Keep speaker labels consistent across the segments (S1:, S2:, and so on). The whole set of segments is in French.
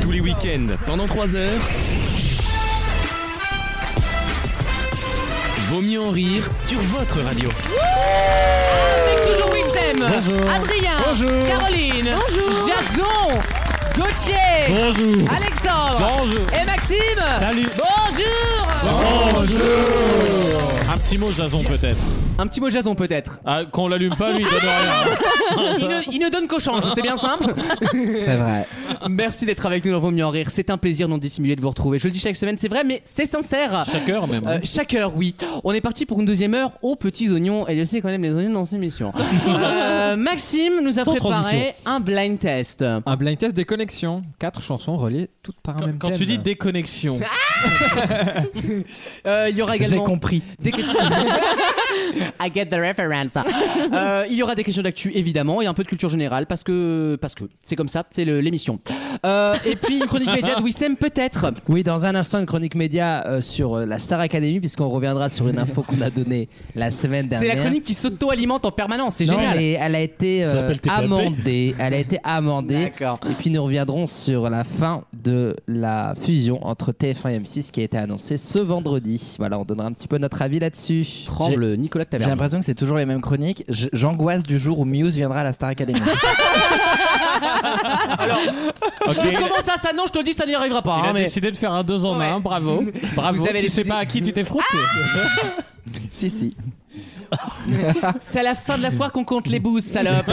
S1: Tous les week-ends, pendant 3 heures. Vaut mieux en rire sur votre radio.
S2: Avec toujours Wissem,
S3: Bonjour.
S2: Adrien,
S3: Bonjour.
S2: Caroline, Jason, Gauthier,
S3: Bonjour.
S2: Alexandre
S3: Bonjour.
S2: et Maxime.
S3: Salut.
S2: Bonjour.
S3: Un petit mot, Jason, peut-être.
S2: Un petit mot de Jason peut-être.
S3: Ah, qu'on l'allume pas, lui, il donne rien.
S2: Il ne, il ne donne qu'au change, c'est bien simple.
S4: C'est vrai.
S2: Merci d'être avec nous dans Vaut mieux en rire. C'est un plaisir non dissimulé de vous retrouver. Je le dis chaque semaine, c'est vrai, mais c'est sincère.
S3: Chaque heure, même. hein.
S2: Euh, chaque heure, oui. On est parti pour une deuxième heure aux petits oignons. Et je sais qu'on aime les oignons dans ces missions. Euh, Maxime nous a
S3: Sans
S2: préparé
S3: transition.
S2: un blind test.
S4: Un blind test des connexions. Quatre chansons reliées toutes par un
S2: Ah,
S3: Quand,
S4: même
S3: quand
S4: thème.
S3: tu dis déconnexion,
S2: Euh, Il y aura également
S4: compris.
S2: des questions. I get the reference. Euh, il y aura des questions d'actu évidemment et un peu de culture générale parce que parce que c'est comme ça, c'est le- l'émission. Euh, et puis une chronique média de Wissem peut-être.
S5: Oui, dans un instant, une chronique média euh, sur euh, la Star Academy, puisqu'on reviendra sur une info qu'on a donnée la semaine
S2: C'est
S5: dernière.
S2: la chronique qui s'auto-alimente en permanence, c'est
S5: Non,
S2: génial.
S5: mais elle a été
S3: Ça
S5: euh,
S3: s'appelle TPAP.
S5: amendée. Elle a été amendée. Et puis nous reviendrons sur la fin de la fusion entre TF1 et M6 qui a été annoncée ce vendredi. Voilà, on donnera un petit peu notre avis là-dessus.
S2: Tremble Nicolas de
S6: J'ai
S2: Taverne.
S6: l'impression que c'est toujours les mêmes chroniques. Je- J'angoisse du jour où Muse viendra à la Star Academy.
S3: ok.
S2: Ah, Comment ça, ça non, je te le dis, ça n'y arrivera pas.
S3: Il
S2: hein,
S3: a
S2: mais...
S3: décidé de faire un 2 en
S2: Ouais.
S3: 1, bravo. Bravo,
S2: Vous avez
S3: tu sais
S2: décidé- Ah
S3: pas à qui tu t'es frotté.
S6: si, si.
S2: C'est à la fin de la foire qu'on compte les bouses, salope.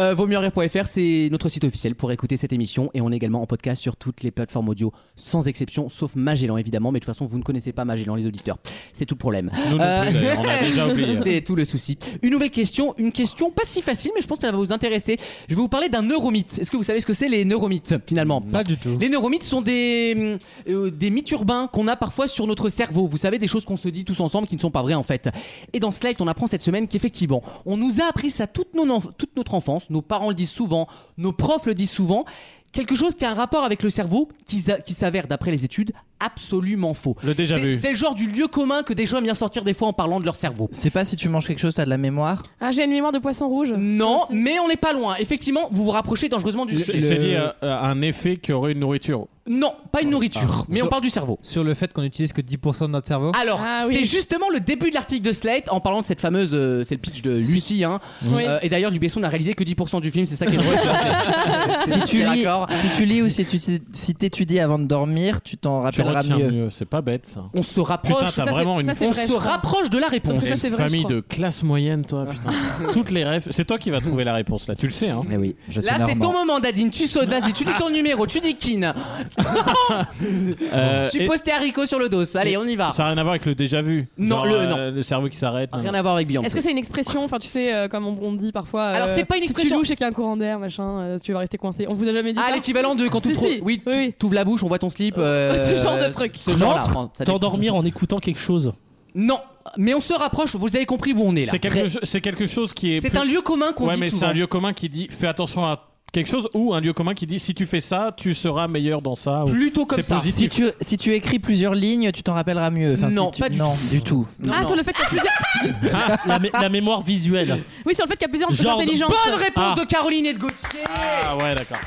S2: euh, vaut mieux en rire.fr, c'est notre site officiel pour écouter cette émission et on est également en podcast sur toutes les plateformes audio, sans exception, sauf Magellan évidemment. Mais de toute façon, vous ne connaissez pas Magellan, les auditeurs. C'est tout le problème.
S3: Nous non plus,
S2: Euh,
S3: d'ailleurs, on a déjà oublié.
S2: C'est tout le souci. Une nouvelle question, une question pas si facile, mais je pense qu'elle va vous intéresser. Je vais vous parler d'un neuromythe. Est-ce que vous savez ce que c'est les neuromythes finalement
S4: Pas du tout.
S2: les neuromythes sont des, euh, des mythes urbains qu'on a parfois sur notre cerveau. Vous savez, des choses qu'on se dit tous ensemble qui ne sont pas vraies en fait. Et dans Slide, on apprend cette semaine qu'effectivement, on nous a appris ça toute, nos enf- toute notre enfance. Nos parents le disent souvent, nos profs le disent souvent. Quelque chose qui a un rapport avec le cerveau qui, sa- qui s'avère, d'après les études, absolument faux.
S3: Le déjà
S2: C'est
S3: vu.
S2: c'est le genre du lieu commun que des gens aiment bien sortir des fois en parlant de leur cerveau.
S6: C'est pas si tu manges quelque chose, t'as de la mémoire.
S7: Ah, j'ai une mémoire de poisson rouge.
S2: Non,
S7: Merci.
S2: mais on n'est pas loin. Effectivement, vous vous rapprochez dangereusement du...
S3: C'est c'est lié à, à euh, un effet qu'aurait une nourriture.
S2: Non, pas une nourriture, mais on
S4: So-
S2: parle du cerveau.
S4: Sur le fait qu'on utilise que 10% de notre cerveau.
S2: Alors,
S7: Ah oui.
S2: c'est justement le début de l'article de Slate en parlant de cette fameuse. euh, c'est le pitch de Lucie. Hein.
S7: Oui.
S2: Euh, et d'ailleurs, Lubesson n'a réalisé que 10% du film, c'est ça qui est drôle. tu vois, c'est-
S6: Si tu
S2: c'est
S6: lis,
S2: raccord.
S6: si tu lis ou si tu si t'étudies avant de dormir, tu t'en
S3: Tu
S6: rappelleras
S3: retiens
S6: mieux.
S3: mieux, c'est pas bête ça.
S2: On se
S3: Putain,
S2: rapproche.
S3: t'as
S7: ça,
S3: vraiment
S7: c'est-
S3: une
S7: ça, c'est
S2: on
S7: vrai,
S2: se
S7: je crois.
S2: rapproche de la
S7: Sauf
S2: réponse.
S7: que ça, c'est vrai,
S3: famille
S7: je crois.
S3: de classe moyenne, toi, putain. Toutes les rêves. C'est toi qui vas trouver la réponse là, tu le sais, hein.
S5: Eh
S6: Mais oui, je suis
S2: Là, c'est
S6: normand.
S2: ton moment, Dadine. Tu sautes, vas-y, tu dis ton numéro, tu dis kin,
S3: Euh,
S2: tu
S3: et-
S2: poses tes haricots sur le dos. Allez, on y va.
S3: Ça n'a rien à voir avec le déjà vu.
S2: Non,
S3: Genre,
S2: le-
S3: euh,
S2: non.
S3: le cerveau qui s'arrête. non,
S2: Rien
S3: non.
S2: à voir avec Beyoncé.
S7: Est-ce que c'est une expression, enfin tu sais, euh, comme on, on dit parfois. euh,
S2: Alors, c'est pas une
S7: Si tu
S2: expression.
S7: louches et qu'il y a un courant d'air, machin, euh, tu vas rester coincé. On vous a jamais dit
S2: Ah,
S7: ça
S2: l'équivalent de quand tu
S7: Si,
S2: pro-
S7: si.
S2: Oui,
S7: Oui, oui. Oh,
S2: t'ouvres la bouche, on voit ton slip. euh,
S7: Ce genre de truc.
S2: Ce genre
S7: Rentre,
S8: T'endormir en écoutant quelque chose.
S2: Non, mais on se rapproche, vous avez compris où on est là.
S3: C'est quelque, cho- c'est quelque chose qui est.
S2: C'est
S3: plus-
S2: un lieu commun qu'on
S3: Ouais,
S2: dit
S3: mais c'est
S2: souvent.
S3: un lieu commun qui dit fais attention à quelque chose ou un lieu commun qui dit si tu fais ça, tu seras meilleur dans ça. ou-
S2: Plutôt comme
S3: Oh. C'est
S2: ça.
S3: positif.
S6: Si tu, si tu écris plusieurs lignes, tu t'en rappelleras mieux. Enfin,
S2: Non,
S6: si tu-
S2: pas du
S6: non,
S2: tout.
S6: du tout.
S2: Non,
S7: ah,
S2: non.
S7: sur le fait qu'il y a plusieurs.
S8: la, mé- la mémoire visuelle.
S7: Oui, sur le fait qu'il y a plusieurs
S8: Genre de-
S7: intelligences.
S2: Bonne réponse
S8: Ah.
S2: de Caroline et de Gauthier.
S3: Ah ouais, d'accord.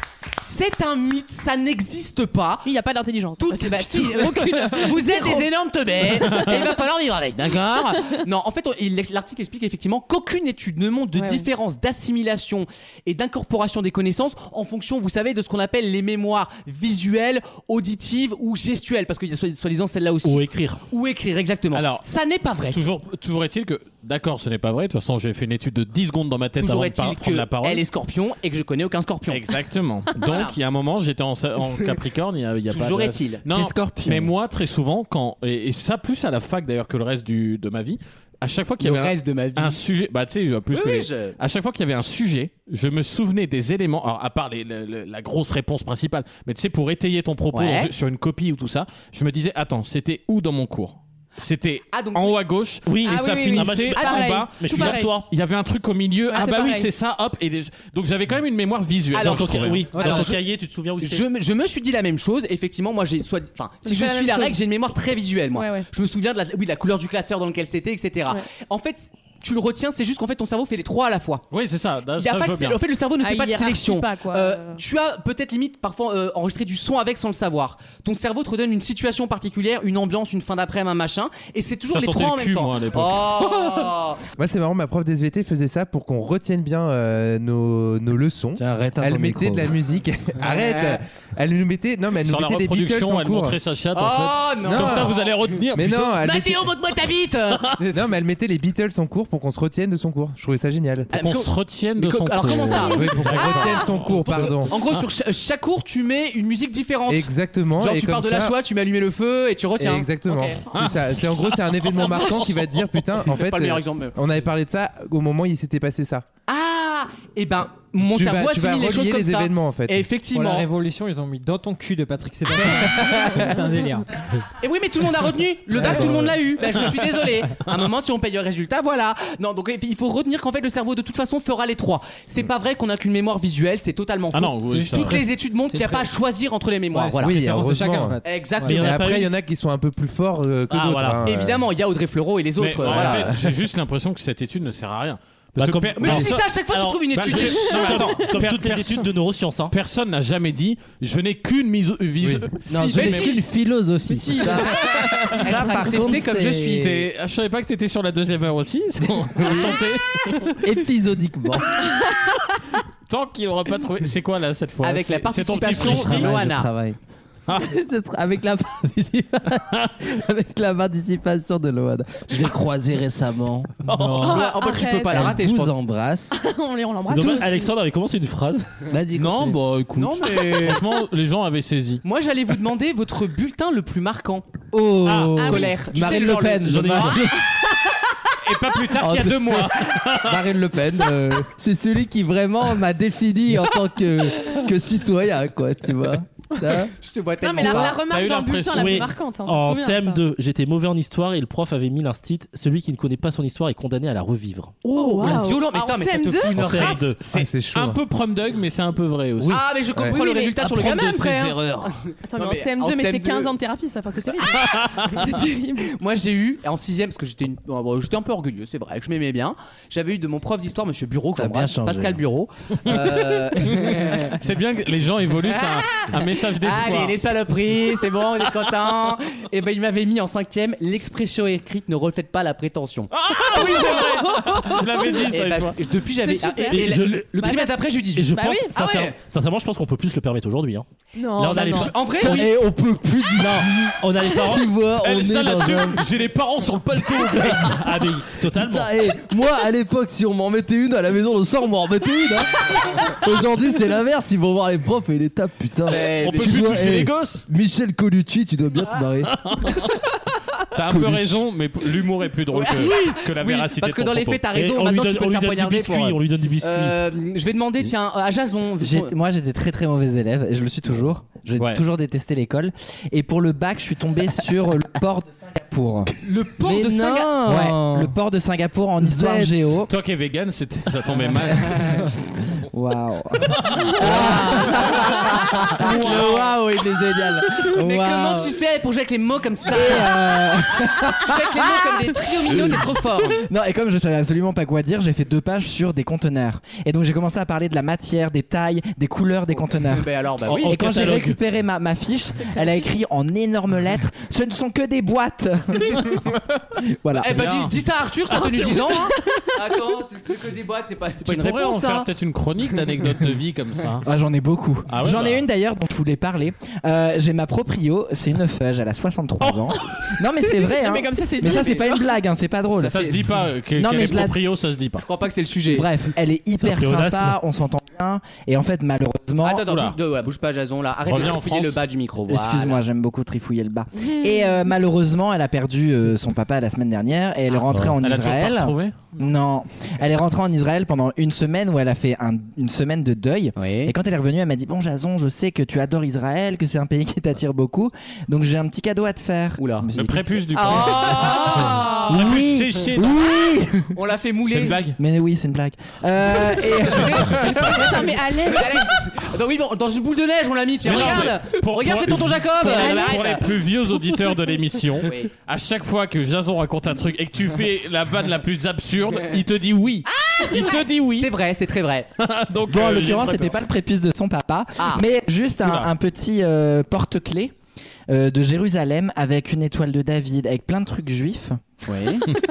S2: C'est un mythe, ça n'existe pas.
S7: Oui, il n'y a pas d'intelligence.
S2: Toutes
S7: C'est
S2: bah,
S7: pas-
S2: si,
S7: Aucune.
S2: Vous êtes des énormes teubés et il va falloir vivre avec, d'accord Non, en fait, on- il- l'article explique effectivement qu'aucune étude ne montre de
S7: Ouais, ouais.
S2: différence d'assimilation et d'incorporation des connaissances en fonction, vous savez, de ce qu'on appelle les mémoires visuelles, auditives ou gestuelles, parce qu'il y a soi- soi-disant celle-là aussi.
S8: Ou écrire.
S2: Ou écrire, exactement.
S3: Alors-
S2: ça n'est pas vrai.
S3: Toujours, toujours est-il que, d'accord, ce n'est pas vrai. De toute façon, j'ai fait une étude de 10 secondes dans ma tête
S2: Toujours
S3: avant de par-
S2: est-il
S3: prendre la
S2: que
S3: parole.
S2: elle est scorpion et que je connais aucun scorpion.
S3: Exactement. Donc, il y a un moment, j'étais en, sa- en Capricorne. Il y a, il y a
S2: Toujours
S3: pas de-
S2: est-il.
S3: Non,
S6: T'es
S3: non,
S6: scorpion.
S3: mais moi, très souvent, quand et, et ça plus à la fac d'ailleurs que le reste du, de ma vie, à chaque fois qu'il
S2: Le
S3: y avait un-
S2: reste de ma vie.
S3: un, sujet, bah tu sais, plus
S2: Oui,
S3: que
S2: oui,
S3: les-
S2: je-
S3: À chaque fois qu'il y avait un sujet, je me souvenais des éléments, alors à part les- le- le- la grosse réponse principale, mais tu sais, pour étayer ton propos
S2: Ouais.
S3: dans- sur une copie ou tout ça, je me disais, attends, c'était où dans mon cours C'était
S2: Ah, donc-
S3: en haut à gauche, oui, et
S7: Ah,
S3: ça
S7: oui, oui, oui.
S3: finissait
S7: Ah,
S3: en
S7: pareil.
S3: bas.
S8: Mais je
S7: Tout
S8: suis comme
S7: pareil.
S8: toi.
S3: Il y avait un truc au milieu, ah
S7: c'est
S3: bah oui,
S7: pareil.
S3: c'est ça, hop. Et les- Donc j'avais quand même une mémoire visuelle.
S2: Alors,
S3: je
S8: Dans ton,
S3: trouvais.
S8: oui, dans
S2: Alors,
S8: ton
S2: je-
S8: cahier, tu te souviens où c'est
S2: Je, me- je me suis dit la même chose. Effectivement, moi, j'ai soit, enfin, si
S7: Je
S2: je
S7: fais la
S2: suis
S7: même
S2: la
S7: chose.
S2: règle, j'ai une mémoire très visuelle, moi.
S7: Ouais, ouais.
S2: Je me souviens de la, oui, de la couleur du classeur dans lequel c'était, etc.
S7: Ouais.
S2: En fait, tu le retiens, c'est juste qu'en fait ton cerveau fait les trois à la fois.
S3: Oui, c'est ça. là,
S2: Il y a
S3: Ah, ça, je
S2: pas de
S3: veux
S2: sé-
S3: bien.
S2: en fait, le cerveau ne
S7: Ah,
S2: fait pas
S7: il
S2: de
S7: hiérarchie
S2: sélection.
S7: pas, quoi.
S2: Euh, tu as peut-être limite parfois euh, enregistré du son avec sans le savoir. Ton cerveau te donne une situation particulière, une ambiance, une fin d'après-midi, un machin, et c'est toujours
S3: Ça
S2: les
S3: sentait
S2: trois en
S3: le
S2: même
S3: cul,
S2: temps.
S3: moi, à l'époque.
S2: Oh
S9: Moi, c'est marrant, ma prof d'SVT faisait ça pour qu'on retienne bien euh, nos, nos leçons.
S5: Tiens, arrête
S9: Elle mettait de la musique. Arrête Elle nous mettait. Non, mais elle nous
S3: Sur la
S9: mettait des Beatles
S3: reproduction,
S9: en
S3: elle
S9: cours.
S3: montrait sa chatte. en fait.
S2: Oh non
S3: Comme ça, vous allez retenir.
S9: Mais
S3: Putain,
S9: non, elle mettait...
S2: Mathéo, montre-moi ta bite
S9: non, mais elle mettait les Beatles en cours pour qu'on se retienne de son cours. Je trouvais ça génial.
S3: Qu'on se retienne
S2: Ah, Mais
S3: de
S2: co-
S3: son
S2: alors
S3: cours.
S2: comment ça Ah,
S9: Oui, pour qu'on retienne son cours, pardon.
S2: En gros, sur cha- chaque cours, tu mets une musique différente.
S9: Exactement.
S2: Genre,
S9: et
S2: tu
S9: comme
S2: pars de
S9: ça-
S2: la Shoah, tu mets allumé le feu et tu retiens.
S9: Exactement.
S2: Ok.
S9: C'est ça. C'est en gros, c'est un événement marquant qui va te dire putain. En fait,
S2: Pas le meilleur
S9: euh,
S2: exemple. mais-
S9: on avait parlé de ça au moment où il s'était passé ça.
S2: Ah Et ben, mon
S9: tu vas,
S2: cerveau
S9: tu vas
S2: assimile les choses
S9: relier
S2: comme
S9: les
S2: ça.
S9: événements en fait.
S2: Et
S4: Pour la
S2: effectivement.
S4: révolution, ils ont mis dans ton cul de Patrick Sébastien. C'est un délire.
S2: Et oui, mais tout le monde a retenu. Le bac, tout le monde l'a eu. Ben, je suis désolé. À un moment, si on paye le résultat, voilà. Non, donc il faut retenir qu'en fait, le cerveau, de toute façon, fera les trois. C'est pas vrai qu'on a qu'une mémoire visuelle, c'est totalement faux.
S3: Ah non, oui, ça-
S2: Toutes les études montrent qu'il n'y a pas à choisir entre les mémoires.
S4: Ouais,
S2: voilà.
S4: c'est
S9: Oui,
S4: la préférence de
S9: heureusement.
S4: chacun en fait.
S2: Exactement.
S8: Il y en
S9: Mais
S8: a pas
S9: après,
S8: eu.
S9: il y en a qui sont un peu plus forts euh, que
S3: Ah,
S9: d'autres.
S3: voilà.
S9: hein.
S2: Évidemment, il y a Audrey Fleurot et les
S3: Mais,
S2: autres.
S3: en
S2: voilà.
S3: fait, j'ai juste l'impression que cette étude ne sert à rien.
S8: Bah,
S3: Parce que
S8: comme-
S3: per-
S2: mais tu
S3: non,
S2: dis ça à chaque fois que
S8: alors,
S2: tu trouves une
S3: bah,
S2: étude.
S3: je- non, mais attends,
S8: Comme
S3: per-
S8: toutes les
S3: personne-
S8: études de neurosciences. Hein.
S3: Personne n'a jamais dit je n'ai qu'une mise visuelle.
S5: Non, je
S2: mais
S5: laisse
S2: si.
S5: une philosophie.
S2: Si.
S5: Ça, ça,
S2: Elle
S5: par
S2: s'acceptait
S5: contre,
S2: comme je suis.
S5: c'est
S3: T'es- ah, Je savais pas que t'étais sur la deuxième heure aussi. Enchanté.
S5: Épisodiquement.
S3: Tant qu'il aura pas trouvé. C'est quoi là cette fois
S2: Avec
S3: C'est-
S2: la
S3: c'est ton petit
S2: participation
S5: Je
S3: frichti
S5: travaille, je
S2: Noana.
S5: travaille.
S3: Ah.
S5: Je tra- avec, la participa- avec la participation de Loana. Je l'ai croisée récemment.
S2: Ah, bah,
S7: Oh,
S2: en fait, tu peux
S7: arrête.
S2: pas la
S5: Elle
S2: rater, je
S5: vous
S2: pense.
S5: embrasse.
S7: on les- on
S8: C'est
S7: l'embrasse.
S8: dommage,
S7: Tous.
S8: Alexandre avait commencé une phrase.
S5: Vas-y,
S3: Non,
S5: continue.
S3: bah écoute.
S2: Non, mais.
S3: Franchement, les gens avaient saisi.
S2: Moi, j'allais vous demander votre bulletin le plus marquant.
S5: Oh,
S3: Ah,
S2: oui.
S5: scolaire.
S2: Tu sais,
S5: Marine
S2: le
S5: Le
S2: genre,
S5: Pen.
S2: le- j'en ai eu
S5: Mar-
S3: Et pas plus tard qu'il y a
S5: Oh,
S3: deux mois.
S5: Marine Le Pen, euh, c'est celui qui vraiment m'a défini en tant que, que citoyen, quoi, tu vois. Ça.
S2: Je te vois
S7: Non,
S2: tellement.
S7: mais la,
S2: pas.
S3: T'as
S7: la
S3: eu
S7: remarque dans le
S3: l'impression-
S7: bulletin la
S8: Oui.
S7: plus marquante. hein,
S8: En
S7: je me souviens de ça.
S8: CM2, j'étais mauvais en histoire et le prof avait mis l'instit celui qui ne connaît pas son histoire et condamné à la revivre.
S2: Oh,
S7: wow.
S2: violent, mais,
S7: Ah,
S2: putain,
S7: en
S2: mais ça te
S7: CM2?
S2: fout une
S8: En
S2: race.
S8: CM2.
S9: Ah, c'est chaud.
S5: hein.
S3: Un peu prom dog, mais c'est un peu vrai aussi.
S2: Ah, mais je comprends
S7: Ouais.
S2: le
S7: Oui, mais
S2: résultat sur le
S3: Apprendre
S2: gamin
S3: de ses
S2: après. hein.
S3: erreurs.
S7: Attends,
S2: Non,
S7: mais en
S2: mais
S7: CM2,
S2: en
S7: mais c'est
S2: CM2.
S7: 15 ans de thérapie, ça. Enfin, c'est terrible.
S2: C'est terrible. Moi, j'ai eu en sixième parce que j'étais une... oh, bon, bon, j'étais un peu orgueilleux, c'est vrai, que je m'aimais bien. J'avais eu de mon prof d'histoire, Monsieur Bureau, que
S5: Ça a bien
S2: j'embrasse,
S5: changé,
S2: Pascal
S5: hein.
S2: Bureau. Euh,
S3: C'est bien que les gens évoluent, c'est un, un message d'espoir.
S2: Allez, les saloperies, c'est bon, on est contents. Et ben, il m'avait mis en cinquième. L'expression écrite ne reflète pas la prétention.
S3: Ah oui, c'est vrai Je l'avais dit
S2: Et
S3: ça une
S2: ben,
S3: fois.
S2: je- depuis, j'avais.
S7: C'est super.
S2: et- et
S8: Et je-
S2: le, le
S7: Bah,
S2: trimestre d'après, j'ai eu
S8: Et
S2: 18.
S8: je
S7: Bah
S8: pense,
S7: oui, ah
S8: sincère-
S2: ouais.
S8: sincèrement, je pense qu'on peut plus se le permettre aujourd'hui. hein.
S7: Non,
S8: Là, on a
S7: ça,
S8: les
S7: non.
S8: pas-
S2: En vrai, oui.
S5: Et on peut plus de
S8: On a les parents.
S5: Tu vois, on
S3: Elle,
S5: est
S3: ça
S5: dans
S3: là-dessus,
S5: un...
S3: j'ai les parents sur le paletot.
S8: ah, mais totalement.
S5: Putain, eh, moi à l'époque, si on m'en mettait une à la maison le soir, on m'en remettait une. hein. Aujourd'hui, c'est l'inverse. Ils vont voir les profs et les tapent, putain.
S2: Ouais,
S3: On
S2: mais
S3: peut
S5: tu
S3: plus
S5: vois,
S3: toucher
S5: eh,
S3: les gosses.
S5: Michel Colucci, tu dois bien te marrer.
S3: T'as un peu
S5: Coluche.
S3: raison, mais p- l'humour est plus drôle que, que la
S2: Oui,
S3: véracité.
S2: parce que
S3: de ton
S2: dans les
S3: propos.
S2: faits, t'as
S8: Et
S2: raison.
S8: on lui
S2: Maintenant,
S8: donne,
S2: tu peux
S8: on
S2: te
S8: lui
S2: faire
S8: donne du
S2: poignarder
S8: biscuit,
S2: pour.
S8: on lui donne du biscuit.
S2: Euh, je vais demander, tiens, à Jason.
S6: J'ai- moi, j'étais très très mauvais élève et je le suis toujours. J'ai
S3: Ouais.
S6: toujours détesté l'école. Et pour le bac, je suis tombé sur le port de Singapour.
S2: Le port
S5: Mais
S2: de
S5: non.
S2: Singapour.
S6: Ouais, le port de Singapour en histoire
S5: Zette.
S6: géo.
S3: Toi qui es vegan, c'était- ça tombait mal.
S6: Waouh.
S2: Ah,
S5: Waouh, il est génial.
S2: Mais
S5: Waouh.
S2: comment tu fais pour jouer avec les mots comme ça
S6: Et, euh,
S2: Tu joues avec les mots comme des triominos, t'es trop fort.
S6: Non, et comme je savais absolument pas quoi dire, j'ai fait deux pages sur des conteneurs. Et donc j'ai commencé à parler de la matière, des tailles, des couleurs des conteneurs.
S2: Mais alors, bah oui.
S8: En- en
S6: Et Oh, quand j'ai
S8: catalogue.
S6: récupéré ma, ma fiche, elle a écrit en énormes lettres Ce ne sont que des boîtes Voilà.
S2: Eh bah, dis,
S3: bien.
S2: dis ça à Arthur, ça a tenu 10 ans. hein. Attends, c'est- c'est que des boîtes, c'est pas, c'est pas
S3: Tu
S2: une
S3: pourrais en
S2: réponse, hein.
S3: faire
S2: ça.
S3: peut-être une chronique d'anecdotes de vie comme ça.
S6: Ah, j'en ai beaucoup.
S3: Ah ouais,
S6: j'en
S3: bah.
S6: ai une d'ailleurs dont je voulais parler. Euh, j'ai ma proprio, c'est une feuge, elle a 63 ans. Non, mais c'est vrai, hein.
S7: Mais comme ça, c'est
S6: Mais ça,
S7: dit,
S6: c'est pas une blague, hein, c'est pas drôle.
S3: Ça, se dit pas. euh, Que,
S6: Non,
S3: qu'elle
S6: mais
S3: est
S6: je la-
S3: proprio, ça se dit pas.
S2: Je crois pas que c'est le sujet.
S6: Bref, elle est hyper
S8: C'est un pléonasme.
S6: sympa, on s'entend bien. Et en fait, malheureusement.
S2: Attends, attends,
S3: Oula.
S2: bouge, de- ouais, bouge pas, Jason, là. Arrête
S3: Reviens
S2: de
S3: en
S2: trifouiller
S3: France.
S2: le bas du micro. voilà.
S6: Excuse-moi, j'aime beaucoup trifouiller le bas. Et euh, malheureusement, elle a perdu euh, son papa la semaine dernière et elle est rentrée en
S3: Elle a toujours pas
S6: Israël.
S3: retrouvé
S6: Non, elle est rentrée en Israël pendant une semaine où elle a fait un- une semaine de deuil.
S2: Oui.
S6: Et quand elle est revenue, elle m'a dit Bon, Jason, je sais que tu adores Israël, que c'est un pays qui t'attire beaucoup, donc j'ai un petit cadeau à te faire.
S2: Oula.
S6: Je me suis
S3: Le
S6: dit, Qu'est-ce que-
S3: prépuce du coup.
S2: Ah
S3: Il a pu
S6: Oui.
S3: sécher dans-
S6: Oui
S2: On l'a fait
S3: C'est
S2: mouler.
S3: une blague
S6: Mais oui, c'est une blague. Euh, et-
S7: Attends, mais Alex,
S2: Dans, oui, bon, dans une boule de neige, on l'a mis, tiens,
S3: Mais non,
S2: regarde
S3: mais pour-
S2: Regarde,
S3: pour-
S2: c'est tonton Jacob
S3: Pour,
S2: Euh,
S3: les,
S2: bah,
S3: pour les
S2: arrête.
S3: plus vieux auditeurs de l'émission,
S2: Oui.
S3: à chaque fois que Jason raconte un truc et que tu fais la vanne la plus absurde, il te dit oui. il te dit oui.
S2: C'est vrai, c'est très vrai.
S3: Donc,
S6: Bon, en
S3: euh, j'ai
S6: l'occurrence,
S3: très
S6: c'était
S3: peur.
S6: pas le prépuce de son papa,
S2: Ah.
S6: mais juste un,
S3: Oula.
S6: un petit euh, porte-clés euh, de Jérusalem avec une étoile de David, avec plein de trucs juifs.
S2: Oui.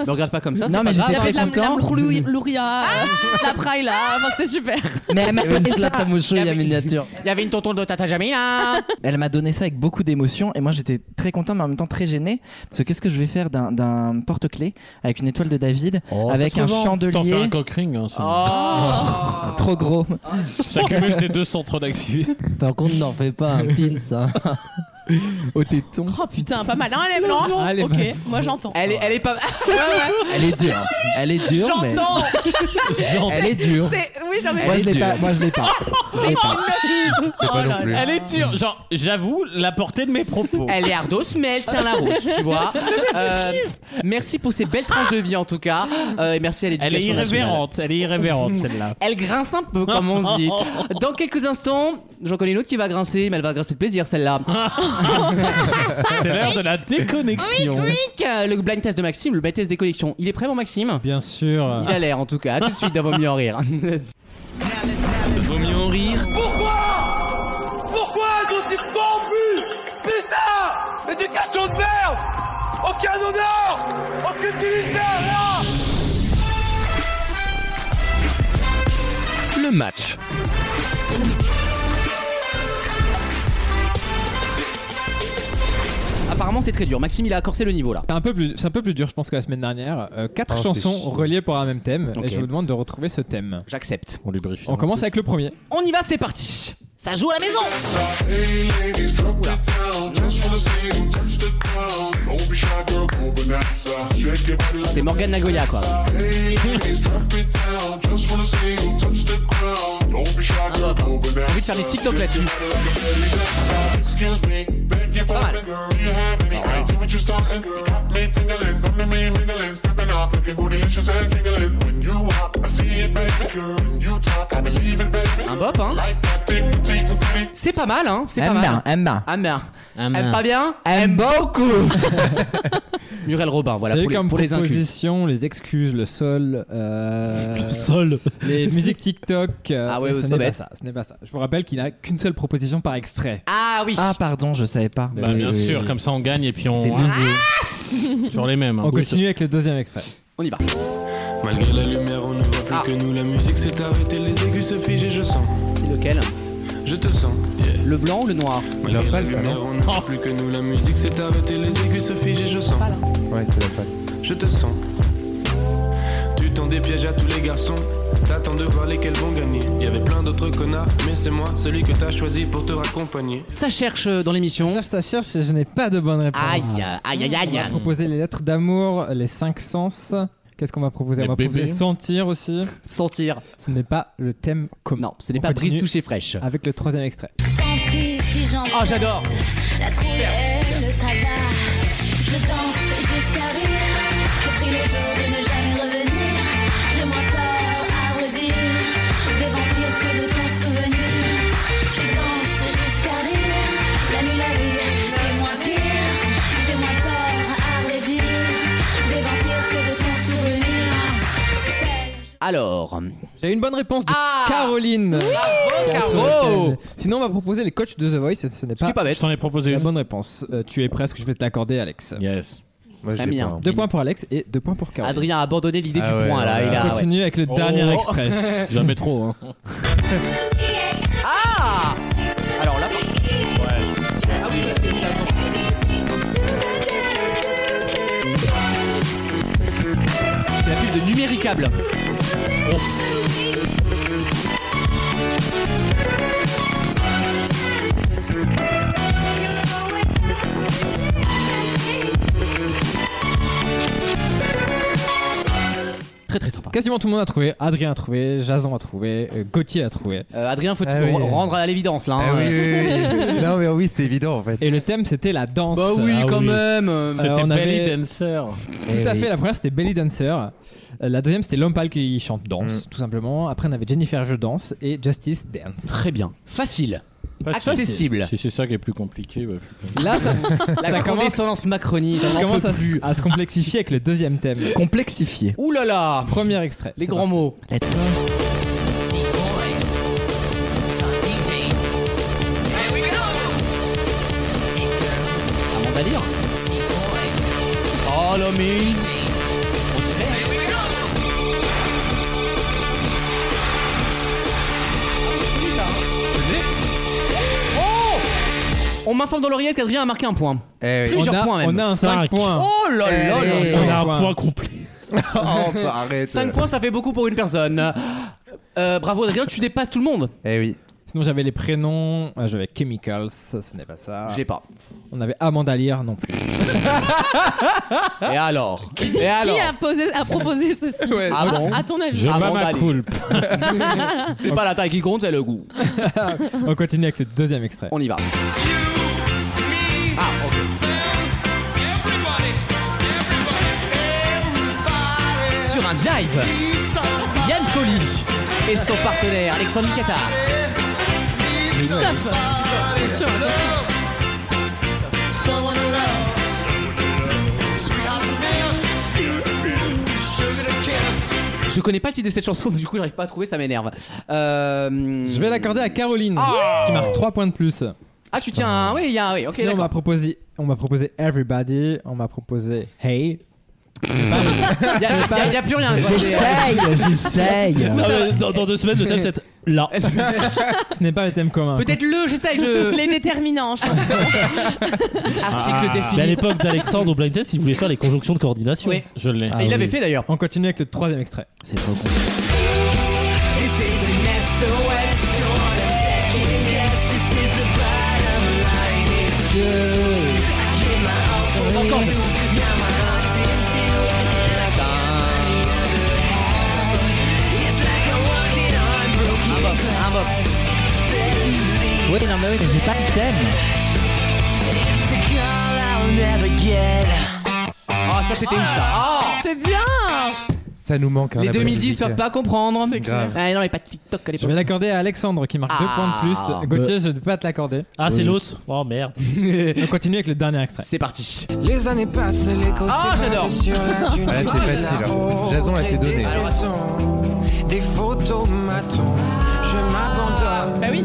S2: Ne regarde pas comme ça,
S6: Non,
S2: c'est
S6: mais
S2: pas
S6: j'étais
S7: Il
S2: grave.
S7: y avait de la,
S6: très content.
S7: la Mrouloui- Louria, euh, la praille là, enfin c'était super.
S6: Mais elle m'a
S5: Il y avait une
S6: donné ça.
S5: slate à mouchou, il y a
S2: Ah oui.
S5: miniature.
S2: Il y avait une tonton de Tata Jamila
S6: Elle m'a donné ça avec beaucoup d'émotion et moi j'étais très content mais en même temps très gêné parce que qu'est-ce que je vais faire d'un- d'un porte-clés avec une étoile de David avec un
S3: T'en fais
S6: chandelier
S3: un cock ring, hein, ça.
S2: Oh
S6: trop gros.
S3: Ça cumule tes deux centres d'activité.
S5: Par contre, n'en fais pas un pins. hein.
S6: Au téton.
S7: Oh putain, pas mal, hein, elle est blanche
S4: elle est
S7: Ok, moi j'entends.
S2: elle est, elle est pas.
S7: Ouais, ouais.
S5: Elle est dure. Elle est dure, mais.
S2: J'entends
S5: Elle est dure.
S7: C'est. Oui, non mais.
S6: Moi je l'ai
S5: dure.
S6: pas, moi je l'ai pas. Je l'ai pas.
S7: Oh là là.
S3: Elle est dure. Genre, j'avoue la portée de mes propos.
S2: Elle est ardos, mais elle tient la route, tu vois. Euh, merci pour ces belles tranches de vie en tout cas. Euh, et merci à
S3: Elle
S2: l'éducation.
S3: est
S2: nationale.
S3: irrévérente. Elle est irrévérente, celle-là.
S2: Elle grince un peu, comme on dit. Dans quelques instants, j'en connais une autre qui va grincer, mais elle va grincer de plaisir, celle-là.
S3: Ah. C'est l'heure de la déconnexion.
S2: Euh, Le blind test de Maxime, le blind test des connexions. Il est prêt, mon Maxime
S4: Bien
S3: Ah.
S4: sûr.
S2: Il a l'air, en tout cas. À tout de suite, d'avoir mieux en rire.
S1: Vaut mieux en rire
S10: Pourquoi ils ont été corrompus Putain Éducation de merde Aucun honneur Aucune dignité rien
S1: le match.
S2: Apparemment, c'est très dur. Maxime, il a corsé le niveau là.
S4: C'est un, peu plus, c'est un peu plus dur, je pense, que la semaine dernière. Euh, quatre
S9: Oh, c'est
S4: chansons
S9: chiant.
S4: reliées pour un même thème.
S2: Ok.
S4: Et je vous demande de retrouver ce thème.
S2: J'accepte.
S3: On lubrifie.
S4: On commence avec le premier.
S2: On y va, c'est parti. Ça joue à la maison. C'est Morgan Nagoya, quoi. J'ai envie de faire des TikTok là-dessus. Pas mal. Un bop, hein. C'est pas mal, hein. C'est pas
S6: Aime bien,
S2: mal.
S6: aime bien.
S2: Ah merde. Aime pas bien
S6: Aime beaucoup.
S2: Muriel Robin, voilà,
S4: J'ai
S2: pour
S4: eu
S2: les,
S4: comme
S2: pour les inclus.
S4: proposition les excuses, le sol, euh,
S8: Sol.
S4: les musiques TikTok. euh,
S2: Ah ouais,
S4: ce
S2: c'est
S4: n'est
S2: pas
S4: pas,
S2: bête.
S4: ça. Ce n'est pas ça. Je vous rappelle qu'il n'a qu'une seule proposition par extrait.
S2: Ah oui.
S6: Ah pardon, je savais pas. Euh,
S3: Bah, bien
S5: Oui, oui,
S3: sûr,
S5: oui.
S3: comme ça on gagne et puis on.
S5: C'est nouveau.
S3: Sur les mêmes. hein.
S4: On continue avec le deuxième extrait.
S2: On y va.
S10: Malgré la lumière, on ne voit plus
S2: Ah.
S10: que nous. La musique s'est arrêtée, les aigus se figent et je sens,
S2: C'est lequel
S10: je te sens. yeah.
S2: Le blanc ou le noir
S10: Malgré la
S9: Lopal, ça,
S10: lumière, on ne voit plus que nous. La musique s'est arrêtée, les aigus se figent et je sens,
S9: Ouais, c'est la patte.
S10: je te sens. Tu tends des pièges à tous les garçons. T'attends de voir lesquels vont gagner. Y avait plein d'autres connards, mais c'est moi, celui que t'as choisi pour te raccompagner.
S2: Ça cherche euh, dans l'émission.
S4: Cherche, ça cherche, je n'ai pas de bonne réponse.
S2: Aïe, aïe, aïe,
S4: Ah. On va
S2: aïe.
S4: proposer les lettres d'amour, les cinq sens. Qu'est-ce qu'on va proposer
S3: Les
S4: On va proposer
S3: bébés.
S4: sentir aussi.
S2: Sentir.
S4: Ce n'est pas le thème commun.
S2: Non, ce n'est
S4: On
S2: pas brise
S4: continue
S2: touchée fraîche.
S4: Avec le troisième extrait.
S2: Oh, j'adore.
S10: La trouille est le tabac. Je danse jusqu'à rire. Je prie le jour de ne jamais revenir. Je m'empare à redire des vampires que de ton souvenir. Je danse jusqu'à rire. La nuit, la vie est moins pire. Je m'empare à redire des vampires que de ton souvenir.
S2: Alors.
S4: J'ai une bonne réponse de
S2: Ah
S4: Caroline. euh,
S2: Caro Oh.
S4: Sinon, on va proposer les coachs de The Voice. et Ce n'est
S2: Ce qui
S4: pas
S2: est pas
S3: Je
S2: bête.
S3: t'en ai proposé
S4: la
S3: une.
S4: bonne réponse. Euh, tu es presque, je vais te l'accorder, Alex.
S3: Yes.
S9: Moi, je
S2: Très
S9: l'ai
S2: bien.
S9: pas, hein.
S4: Deux points pour Alex et deux points pour Caroline.
S2: Adrien a abandonné l'idée
S9: Ah
S2: du
S9: ouais,
S2: point là.
S9: ouais,
S2: Il
S4: On
S2: a, ouais.
S4: continue avec le
S3: Oh.
S4: dernier extrait.
S3: Jamais trop. Hein.
S2: Ah Alors là, c'est la pub de numéricable. Très très sympa.
S4: Quasiment tout le monde a trouvé. Adrien a trouvé, Jason a trouvé, euh, Gauthier a trouvé.
S2: Euh, Adrien, faut
S4: Ah
S2: te
S4: oui.
S2: rendre à l'évidence là. hein.
S4: Ah oui, oui, oui, oui. Non,
S9: mais Eh oui, c'était évident en fait.
S4: Et le thème c'était la danse.
S2: Bah oui, quand même. C'était Belly
S3: Dancer.
S4: Tout
S2: Eh
S4: à
S2: oui.
S4: fait, la première c'était Belly Dancer. Euh, La deuxième c'était Lompal qui chante
S2: Mm.
S4: danse, tout simplement. Après on avait Jennifer Je danse et Justice Dance.
S2: Très bien. Facile. Accessible.
S3: Si c'est ça qui est plus compliqué, bah, putain.
S4: Là, ça,
S2: La
S4: ça commence,
S2: condescendance macronie, ça
S4: ça
S2: n'en
S4: commence
S2: peut
S4: à,
S2: plus.
S4: à se complexifier avec le deuxième thème.
S6: Complexifié.
S2: Ouh là là
S4: Premier extrait.
S2: Les
S4: c'est
S2: grands
S4: parti.
S2: mots.
S6: Let's go.
S2: Avant d'aller. Oh l'homme On dirait. Oh On m'informe dans l'oreillette qu'Adrien a marqué un point. Plusieurs
S4: On a-
S2: points même.
S4: On a un 5
S8: Cinq.
S4: points.
S2: Eh Oh là là là
S9: Eh,
S2: là.
S9: on
S8: On a un
S4: Point.
S8: point complet.
S2: 5 points, ça fait beaucoup pour une personne. Euh, bravo Adrien, tu dépasses tout le monde.
S9: Eh oui.
S4: Sinon j'avais les prénoms, euh, j'avais Chemicals, ça, ce n'est pas ça.
S2: Je l'ai pas.
S4: On avait Amanda Lear non plus.
S2: Et alors Et alors
S7: Qui a, posé, a proposé ceci
S2: Ah bon
S7: À ton avis
S3: Je
S2: Avant
S3: bats ma
S2: d'aller.
S3: coulpe.
S2: C'est pas la taille qui compte, c'est le goût.
S4: On continue avec le deuxième extrait.
S2: On y va. Ah, Sur un jive, Yann Folly et son partenaire Alexandre Licata.
S7: Christophe Sur-
S2: Je connais pas le titre de cette chanson, du coup j'arrive pas à trouver, ça m'énerve. Euh,
S4: Je vais l'accorder à Caroline qui marque 3 points de plus.
S2: Ah tu tiens, un- oui, il y a un- oui, ok
S4: Sinon, on m'a
S2: d'accord.
S4: proposé on m'a proposé Everybody, on m'a proposé Hey.
S2: Il y, a- y a- y a plus rien. quoi.
S6: j'essaye.
S8: Ah, mais dans, dans deux semaines, le thème c'est là.
S4: Ce n'est pas le thème commun.
S2: Peut-être le, j'essaye, je...
S7: Les déterminants, je pense.
S3: Ah,
S2: Article
S8: Mais à
S2: défini.
S8: l'époque d'Alexandre au blind test, il voulait faire les conjonctions de coordination.
S2: Oui.
S8: Je l'ai.
S9: Ah,
S2: Et il l'avait fait d'ailleurs.
S4: On continue avec le troisième extrait.
S6: C'est trop con.
S2: Encore. Un bop, un bop.
S6: Ouais, non, mais oui, mais j'ai pas le thème.
S2: Ah, ça c'était une ça. Ah
S7: C'est bien
S9: Ça nous manque. hein,
S2: les
S9: la
S2: 2010
S9: politique.
S2: peuvent pas comprendre.
S9: C'est grave.
S2: Ah, non, mais pas de TikTok à
S4: Je
S2: l'époque.
S4: vais l'accorder à Alexandre qui marque 2
S2: Ah.
S4: points de plus. Gauthier, je ne peux pas te l'accorder.
S8: Ah, c'est l'autre Oh merde.
S4: On continue avec le dernier extrait.
S2: C'est parti.
S1: Les années passent, les
S2: Ah, j'adore.
S9: Ah, là, c'est facile. hein. Jason, là, c'est donné.
S1: Des photos m'attendent, je m'abandonne.
S7: Bah oui.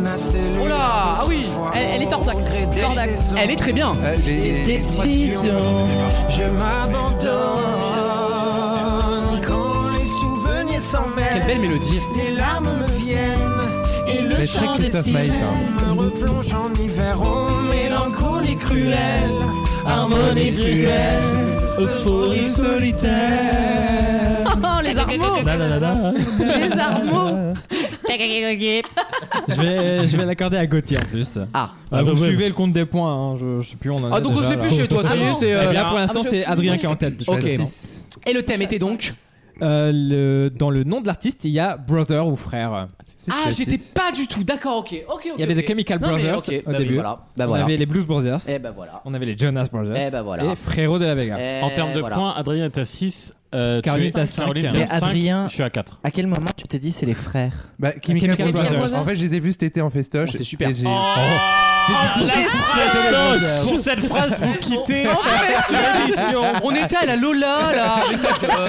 S2: Oh là, ah oui.
S7: Elle, elle est Tordax. Tordax.
S2: Elle est très bien.
S9: Ah, les-
S1: Je m'abandonne quand les souvenirs
S2: Quelle
S1: s'emmêlent.
S2: belle mélodie.
S1: Les larmes me viennent et le
S9: Mais c'est
S1: chant des
S9: Christophe Maé, ça.
S1: sirènes me replonge en hiver aux mélancolie cruelle, harmonie cruelle, euphorie solitaire.
S7: Oh, les armeaux
S8: Nanana.
S7: Les armeaux
S4: Je vais, je vais l'accorder à Gauthier en plus.
S2: Ah.
S4: Ah, vous
S8: bah ouais.
S4: suivez le compte des points, hein, je, je sais plus, on en
S2: Ah
S4: est
S2: donc je
S4: déjà,
S2: sais
S4: là.
S2: plus chez toi, ça y est, c'est. euh,
S4: Eh bien, pour l'instant, c'est Adrien qui est en tête.
S2: Ok.
S9: Vas-y.
S2: Et le thème était donc.
S4: Euh, le- dans le nom de l'artiste, il y a brother ou frère.
S2: Ah, j'étais pas du tout. D'accord, ok. Ok, ok.
S4: Il y avait
S2: ok.
S4: The Chemical
S2: Non, mais
S4: Brothers
S2: ok,
S4: au
S2: bah oui,
S4: début.
S2: voilà. Bah
S4: On
S2: voilà.
S4: avait les Blues Brothers.
S2: Eh ben voilà.
S4: On avait les Jonas Brothers.
S2: Eh ben voilà.
S4: Et Frérot de la Vega.
S2: Eh,
S3: En termes de
S2: voilà.
S3: points, Adrien est à 6. Euh,
S4: Caroline
S3: tu es-
S4: est à cinq.
S3: Caroline, tu es
S6: Mais
S3: à cinq.
S6: Adrien-
S3: Je suis à 4.
S6: À quel moment tu t'es dit c'est les frères
S9: Bah, Chemical
S4: Chemical
S9: Brothers.
S7: Brothers.
S9: En fait, je les ai vus cet été en festoche.
S2: Oh, c'est super.
S9: et j'ai- Oh.
S3: oh, Pour cette phrase, vous quittez l'émission.
S2: On était à la Lola là. Mais t'as- euh,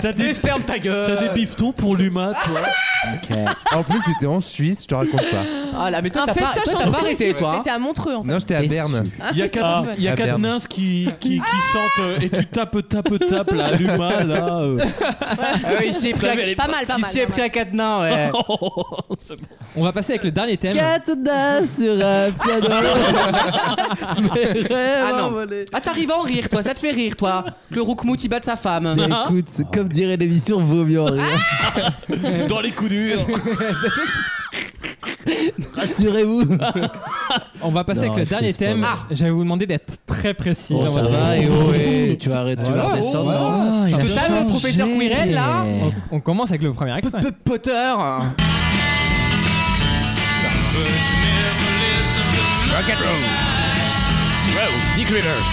S3: T'as
S2: mais
S3: des,
S2: ferme ta
S3: t'as
S2: gueule.
S3: des bifetons pour l'humain, toi.
S9: En plus, c'était en Suisse, je te raconte pas.
S2: Ah là, mais toi
S7: Un
S2: t'as pas,
S7: festoche
S2: toi,
S7: en
S2: t'as pas
S7: Suisse.
S2: arrêté toi. hein.
S7: T'étais à Montreux, en fait.
S9: Non, j'étais à
S6: Déçu.
S9: Berne.
S3: Il y a
S7: Ah,
S3: quatre,
S7: c'est
S3: il y a
S9: Ah,
S3: quatre
S9: merde.
S3: nains qui, qui, qui chantent euh, et tu tapes, tapes, tapes là, l'humain là. euh.
S2: Ah oui, il s'y est pris à-
S3: T'avais à
S7: Pas mal, pas mal.
S2: il s'y est
S7: pas
S2: pris
S7: mal.
S2: à quatre nains, ouais.
S4: On va passer avec le dernier
S1: Eh ben.
S4: thème.
S6: Katna sur un piano.
S2: Ah non. Ah, t'arrives à en rire, toi, ça te fait rire, toi. Que le Roukmout il bat de sa femme.
S6: Écoute, c'est comme dirait l'émission, vaut mieux en rire.
S3: Dans les coups durs.
S6: Rassurez-vous.
S4: On va passer
S6: Non,
S4: avec le
S6: c'est
S4: dernier
S6: pas
S4: thème.
S6: vrai.
S4: J'allais vous demander d'être très précis.
S6: Oh,
S4: dans
S6: ça
S4: votre
S6: va,
S4: réponse.
S6: et oh, et-
S5: mais tu vas arrêter, tu vas
S4: Voilà.
S5: redescendre.
S4: Oh,
S5: hein.
S4: il a
S5: Tu te tapes,
S4: changé. Oh,
S2: professeur Quirrell, là
S4: On, on commence avec le premier extrait.
S2: Potter
S1: Rock and roll. Road, Dick Rivers.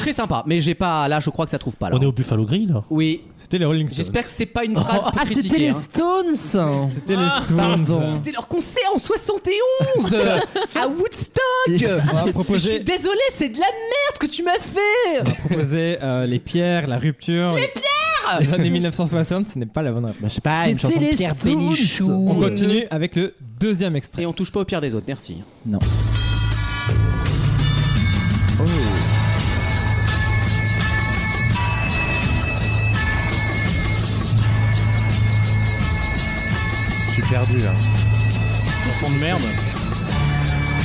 S2: Très sympa, mais j'ai pas. Là, je crois que ça trouve pas. Là.
S8: On est au Buffalo Grill là
S2: Oui.
S4: C'était les Rolling Stones.
S2: J'espère que c'est pas une phrase pour
S5: Ah, c'était
S2: critiquer,
S5: les
S2: hein.
S5: Stones
S4: C'était les Stones.
S2: C'était leur concert en 71 euh, à Woodstock.
S4: On va
S2: Je suis
S4: proposer,
S2: désolé, c'est de la merde ce que tu m'as fait.
S4: proposer euh, les pierres, la rupture. Les pierres Les années 1960, ce n'est pas la bonne réponse.
S5: Je sais pas, une chanson de Pierre Bénichou.
S4: On continue avec le deuxième
S2: Et
S4: extrait.
S2: on touche pas au pire des autres, merci.
S5: Non.
S9: Je suis perdu là.
S3: Fond de merde.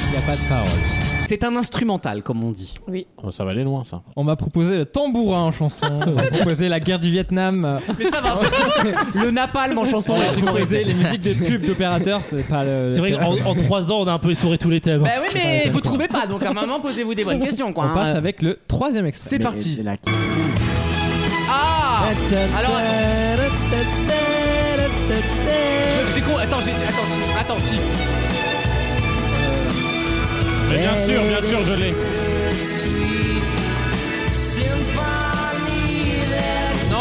S4: Il n'y a pas de parole.
S2: C'est un instrumental, comme on dit.
S3: Oh, ça va aller loin ça.
S4: On m'a proposé le tambourin en chanson. on m'a proposé la guerre du Vietnam. euh,
S2: Mais ça va. le napalm en chanson.
S4: on m'a
S2: les trucs horribles.
S4: proposé les musiques des pubs d'opérateurs. C'est pas le.
S8: C'est vrai qu'en en trois ans, on a un peu essoré tous les thèmes.
S2: Bah oui, mais vous trouvez pas, donc à un moment, posez-vous des bonnes questions, quoi.
S4: On passe
S2: hein.
S4: avec le troisième extrait.
S2: C'est parti. Ah Alors, Je- J'ai con... Attends, j'ai... Attends, attends, si.
S3: Mais bien
S8: Eh
S3: sûr, bien sûr, je l'ai.
S2: Non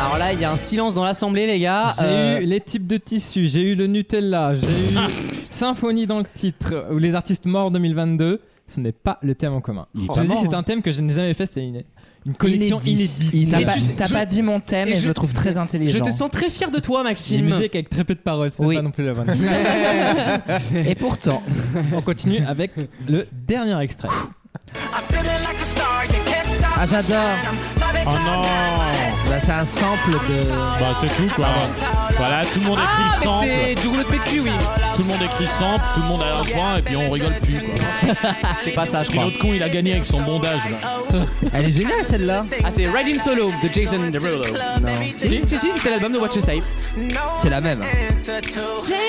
S2: Alors là, il y a un silence dans l'assemblée, les gars.
S4: J'ai
S2: Euh,
S4: eu les types de tissus, j'ai eu le Nutella, j'ai
S8: Ah.
S4: eu Symphonie dans le titre, ou les artistes morts 2022. Ce n'est pas le thème en commun.
S2: est
S4: Je
S2: pas
S4: dis,
S2: mort, hein.
S4: c'est un thème que je n'ai jamais fait, c'est une, une collection inédite.
S6: T'as
S2: Mais
S6: pas,
S2: tu sais,
S6: t'as
S2: je-
S6: pas dit mon thème
S2: et
S6: et je,
S2: je-
S6: le trouve très intelligent.
S2: Je te sens très fier de toi,
S4: Une
S2: Maxime.
S4: musique avec très peu de paroles, c'est
S6: Oui.
S4: pas non plus la bonne.
S6: Et pourtant,
S4: On continue avec le dernier extrait.
S5: Ah, j'adore.
S3: Oh non
S5: Là, c'est un sample de.
S3: Bah c'est tout quoi.
S8: Ah.
S3: Voilà, tout le monde écrit
S2: Ah,
S3: le
S2: mais
S3: sample.
S2: c'est du rouleau de PQ, oui.
S3: Tout le monde écrit le sample, tout le monde a un point et puis on rigole plus quoi.
S2: Ah, C'est pas ça, je
S3: Puis
S2: crois.
S3: l'autre con il a gagné avec son bondage là.
S5: Elle est géniale celle-là.
S2: Ah, c'est Riding Solo de Jason Derulo.
S5: Non.
S2: Si, si, si, c'était l'album de Watch the Save.
S5: C'est la même.
S7: Jason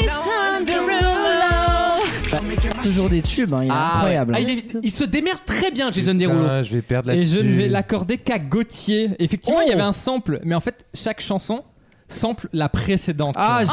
S6: toujours des tubes, hein, il est incroyable.
S2: ouais. Ah, il, est- il se démerde très bien, Jason Derulo.
S4: Eh
S9: Putain, je vais perdre la
S4: Et je ne vais l'accorder qu'à Gauthier. Effectivement, il y avait un sample, mais en fait, chaque chanson sample la précédente.
S5: Ah,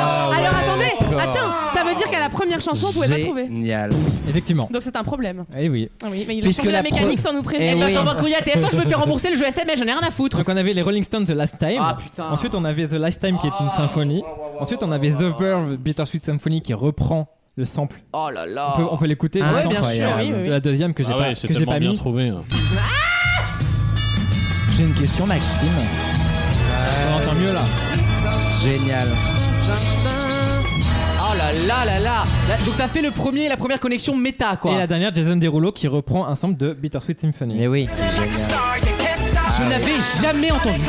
S7: Oh Alors attendez, attends, ça veut dire qu'à la première chanson, on pouvait pas trouver.
S5: Génial.
S4: Effectivement.
S7: Donc c'est un problème.
S4: Eh oui.
S7: Ah oui, mais il a
S6: Puisque
S7: changé la,
S6: la
S7: mécanique
S6: pre-
S7: sans nous
S2: Eh
S7: prévenir.
S2: ben,
S7: Bah, j'en
S2: j'envoie
S7: vois-
S2: un courrier à TF1, je me fais rembourser le jeu SMS, j'en ai rien à foutre.
S4: Donc on avait les Rolling Stones The Last Time.
S2: Ah, putain.
S4: Eh ben, Ensuite on avait The Last Time qui est une symphonie. Ensuite on avait The Verve Bittersweet Symphony qui reprend le sample.
S2: Oh là là.
S4: On peut, on peut l'écouter.
S2: Ah
S4: le
S2: ouais,
S4: sample
S2: bien sûr,
S4: incroyable.
S7: oui, oui, oui.
S4: De la deuxième que j'ai
S3: Ah
S4: pas,
S3: ouais, c'est
S4: que j'ai
S3: tellement
S4: pas
S3: bien
S4: mis.
S3: trouvé. hein.
S6: J'ai une question, Maxime.
S4: On entend mieux là.
S5: Génial.
S2: Oh là là là là. Là, Donc t'as fait le premier, la première connexion méta quoi.
S4: Et la dernière Jason Derulo qui reprend un sample de Bittersweet Symphony.
S5: Mais oui.
S2: Je n'avais jamais entendu.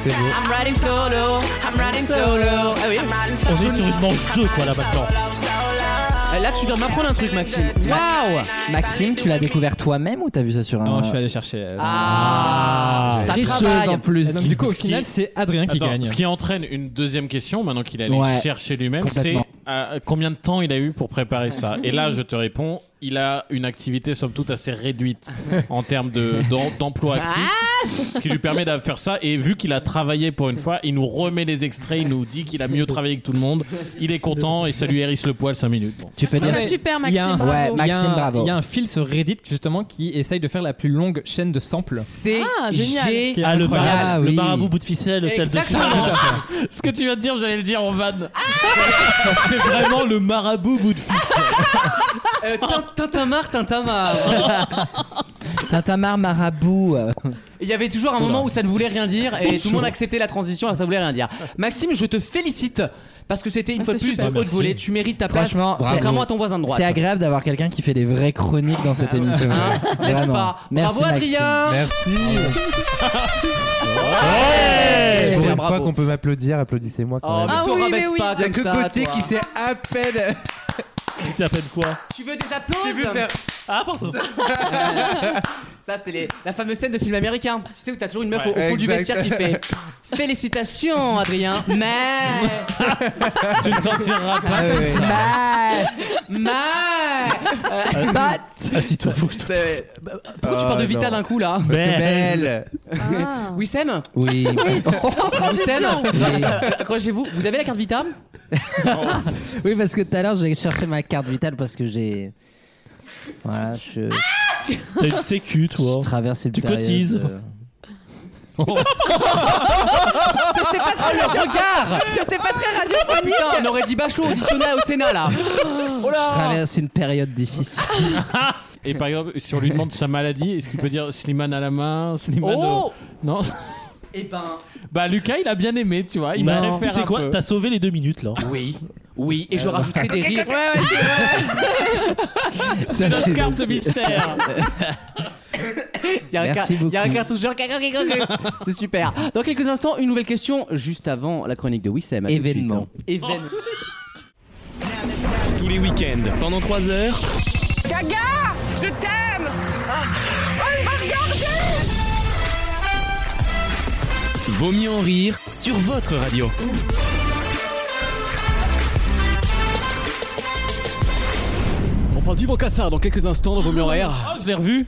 S6: C'est beau.
S2: I'm riding solo, I'm riding solo. Ah oui.
S8: On est sur une manche 2 quoi là maintenant.
S2: Euh, Là tu viens de m'apprendre un truc Maxime. Waouh.
S6: Maxime, tu l'as découvert toi-même ou t'as vu ça sur un.
S4: Non, je suis allé chercher. euh,
S2: Ah. Ça travaille.
S5: en plus.
S4: Et donc, du coup, au
S3: Ce qui-
S4: final, c'est Adrien qui
S3: Attends,
S4: gagne.
S3: ce qui entraîne une deuxième question, maintenant qu'il allait
S6: Ouais.
S3: chercher lui-même, c'est
S6: Complètement.
S3: euh, combien de temps il a eu pour préparer ça Et là, je te réponds, il a une activité somme toute assez réduite en termes de- d'em- d'emploi actif, ce qui lui permet de faire ça. Et vu qu'il a travaillé pour une fois, il nous remet les extraits, il nous dit qu'il a mieux travaillé que tout le monde, il est content et ça lui hérisse le poil 5 minutes. Bon.
S6: Tu peux
S7: Je trouve
S6: dire.
S7: ça super,
S4: Il y a
S7: Maxime.
S4: un-
S7: bravo.
S6: Ouais, Max-
S4: Il y a un-
S6: Maxime, bravo.
S4: Il y a un fil sur Reddit justement qui essaye de faire la plus longue chaîne de samples.
S2: C'est
S7: Ah, génial.
S2: génial.
S8: Ah, le,
S4: incroyable.
S8: marabout,
S5: Ah,
S8: le
S5: oui.
S8: marabout bout de ficelle, celle de
S2: Exactement.
S3: Ce que tu viens de dire, j'allais le dire en vanne. C'est vraiment le marabout bout de fils.
S2: Tintamar, Tintamar.
S6: Tintamarre Marabout. euh,
S2: Il y avait toujours un moment où ça ne voulait rien dire et tout le monde acceptait la transition alors ça voulait rien dire. Maxime, je te félicite parce que c'était une fois de plus de haute volée. Tu mérites ta place.
S6: Franchement, c'est-
S2: Contrairement à ton voisin de droite.
S6: C'est agréable d'avoir quelqu'un qui fait des vraies chroniques dans cette émission.
S2: Hein N'est-ce
S6: Vraiment.
S2: pas
S6: Merci,
S2: Bravo
S6: Maxime.
S2: Adrien
S9: Merci.
S2: Eh
S9: Pour
S2: bien,
S9: une
S2: bravo.
S9: fois qu'on peut m'applaudir, applaudissez-moi
S2: Oh,
S9: quand
S2: mais
S9: même.
S7: Ah
S2: toi,
S7: oui,
S2: rabaisse
S7: mais oui.
S2: pas
S9: Il y a
S2: comme
S9: que
S2: ça,
S9: Gauthier
S2: toi.
S9: qui s'est à peine Oh,
S8: Il s'appelle quoi
S2: Tu veux des applaudissements
S8: J'ai vu faire- Ah, pardon
S2: Ça, c'est les- la fameuse scène de film américain. Tu sais où t'as toujours une meuf au, au fond du
S8: Exact.
S2: vestiaire qui fait Félicitations, Adrien, mais.
S3: tu ne sortiras pas
S2: Ah
S3: comme
S2: oui.
S3: ça.
S2: Mais. Mais. Euh,
S8: Assis-toi, Ah, faut que je te.
S2: Pourquoi tu parles de Vita d'un coup là
S8: Parce que
S9: belle.
S2: Oui, Sam
S5: Oui.
S2: Wissem
S5: Oui.
S2: Accrochez-vous, vous avez la carte Vita
S5: Oui, parce que tout à l'heure, j'ai cherché ma carte vitale parce que j'ai. Voilà, je.
S8: T'as une sécu, toi.
S5: Je traverse une
S8: Tu
S5: période,
S8: cotises.
S5: euh,
S7: C'était pas très
S2: le regard
S7: C'était pas très
S2: Ah
S7: radiophonique.
S2: putain, on aurait dit Bachelot auditionné au Sénat là Oh
S5: Je
S2: là
S5: traverse une période difficile.
S3: Et par exemple, si on lui demande sa maladie, est-ce qu'il peut dire Slimane à la main, Slimane
S2: Oh
S3: au- Bah Non
S2: Eh ben,
S3: Bah Lucas, il a bien aimé, tu vois. Il m'a
S5: Non.
S3: fait
S8: Bah, Tu
S3: faire
S8: sais
S3: un
S8: quoi
S3: peu.
S8: T'as sauvé les deux minutes là.
S2: oui, oui, et je rajouterai des rires.
S7: Ouais, ouais, c'est vrai.
S3: C'est notre carte mystère.
S2: Il y a un,
S5: Merci
S2: car- il y a un
S5: beaucoup.
S2: cartoucheur. C'est super. Dans quelques instants, une nouvelle question juste avant la chronique de Wissem. À tout de suite.
S5: Événement.
S2: Événement.
S1: Tous les week-ends, pendant 3 heures.
S7: Gaga, je t'aime. Ah,
S1: Vaut mieux en rire sur votre radio.
S2: On parle d'Yvan Cassard dans quelques instants dans Vos Mieux en Rire.
S3: Ah, je l'ai revu.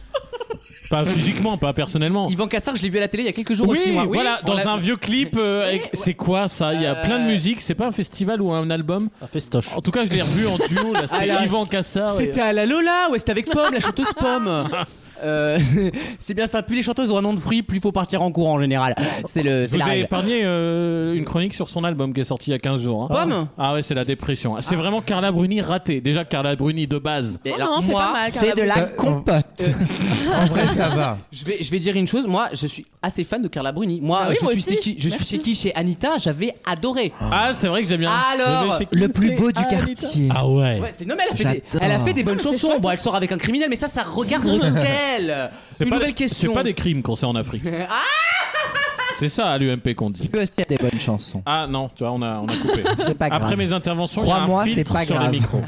S3: Pas physiquement, pas personnellement.
S2: Yvan Cassard, je l'ai vu à la télé il y a quelques jours
S3: oui,
S2: aussi. moi.
S3: voilà,
S2: on
S3: dans
S2: l'a-
S3: un vieux clip. euh, avec- C'est quoi ça Il y a plein de musique. C'est pas un festival ou un album.
S8: Un festoche.
S3: En tout cas, je l'ai revu en duo. Là, c'était
S2: Alors,
S3: Yvan Cassard. et-
S2: C'était à la Lola, ouais, c'était avec Pomme, la chanteuse Pomme. Euh, c'est bien ça. Plus les chanteuses ont un nom de fruit, plus il faut partir en courant en général. C'est
S3: Je
S2: le. C'est
S3: vous
S2: la
S3: ai
S2: règle.
S3: épargné euh, une chronique sur son album qui est sorti il y a 15 jours. hein.
S2: Pomme
S3: Ah ouais, c'est la dépression. C'est vraiment Carla Bruni ratée. Déjà, Carla Bruni de base.
S2: Et
S7: Oh
S2: alors,
S7: non, c'est
S2: moi,
S7: pas mal.
S5: C'est de la
S9: Euh,
S5: compote.
S9: En vrai, ça va.
S2: Je vais, je vais dire une chose, moi je suis assez fan de Carla Bruni. Moi,
S7: Ah oui,
S2: je,
S7: moi
S2: suis
S7: aussi.
S2: chez qui, je suis
S7: Merci.
S2: chez qui Chez Anita, j'avais adoré.
S3: Ah, c'est vrai que j'aime bien.
S2: Alors,
S3: Je vais chez-
S5: Le plus beau du quartier.
S8: Ah ouais.
S2: Ouais, c'est non, mais elle a fait, des,
S5: J'adore.
S2: elle a fait des bonnes
S7: Ah, c'est
S2: chansons.
S7: chouette.
S2: Bon, elle sort avec un criminel, mais ça, ça regarde qu'elle.
S3: C'est
S2: Une
S3: pas
S2: nouvelle
S3: des-
S2: question.
S3: C'est pas des crimes quand c'est en Afrique. c'est ça à l'UMP qu'on dit.
S6: Tu peux acheter des bonnes chansons.
S3: Ah non, tu vois, on a, on a coupé.
S6: C'est pas grave.
S3: Après mes interventions, il y a un
S6: Crois-moi, c'est
S3: filtre
S6: pas
S3: sur
S6: grave.
S3: les micros.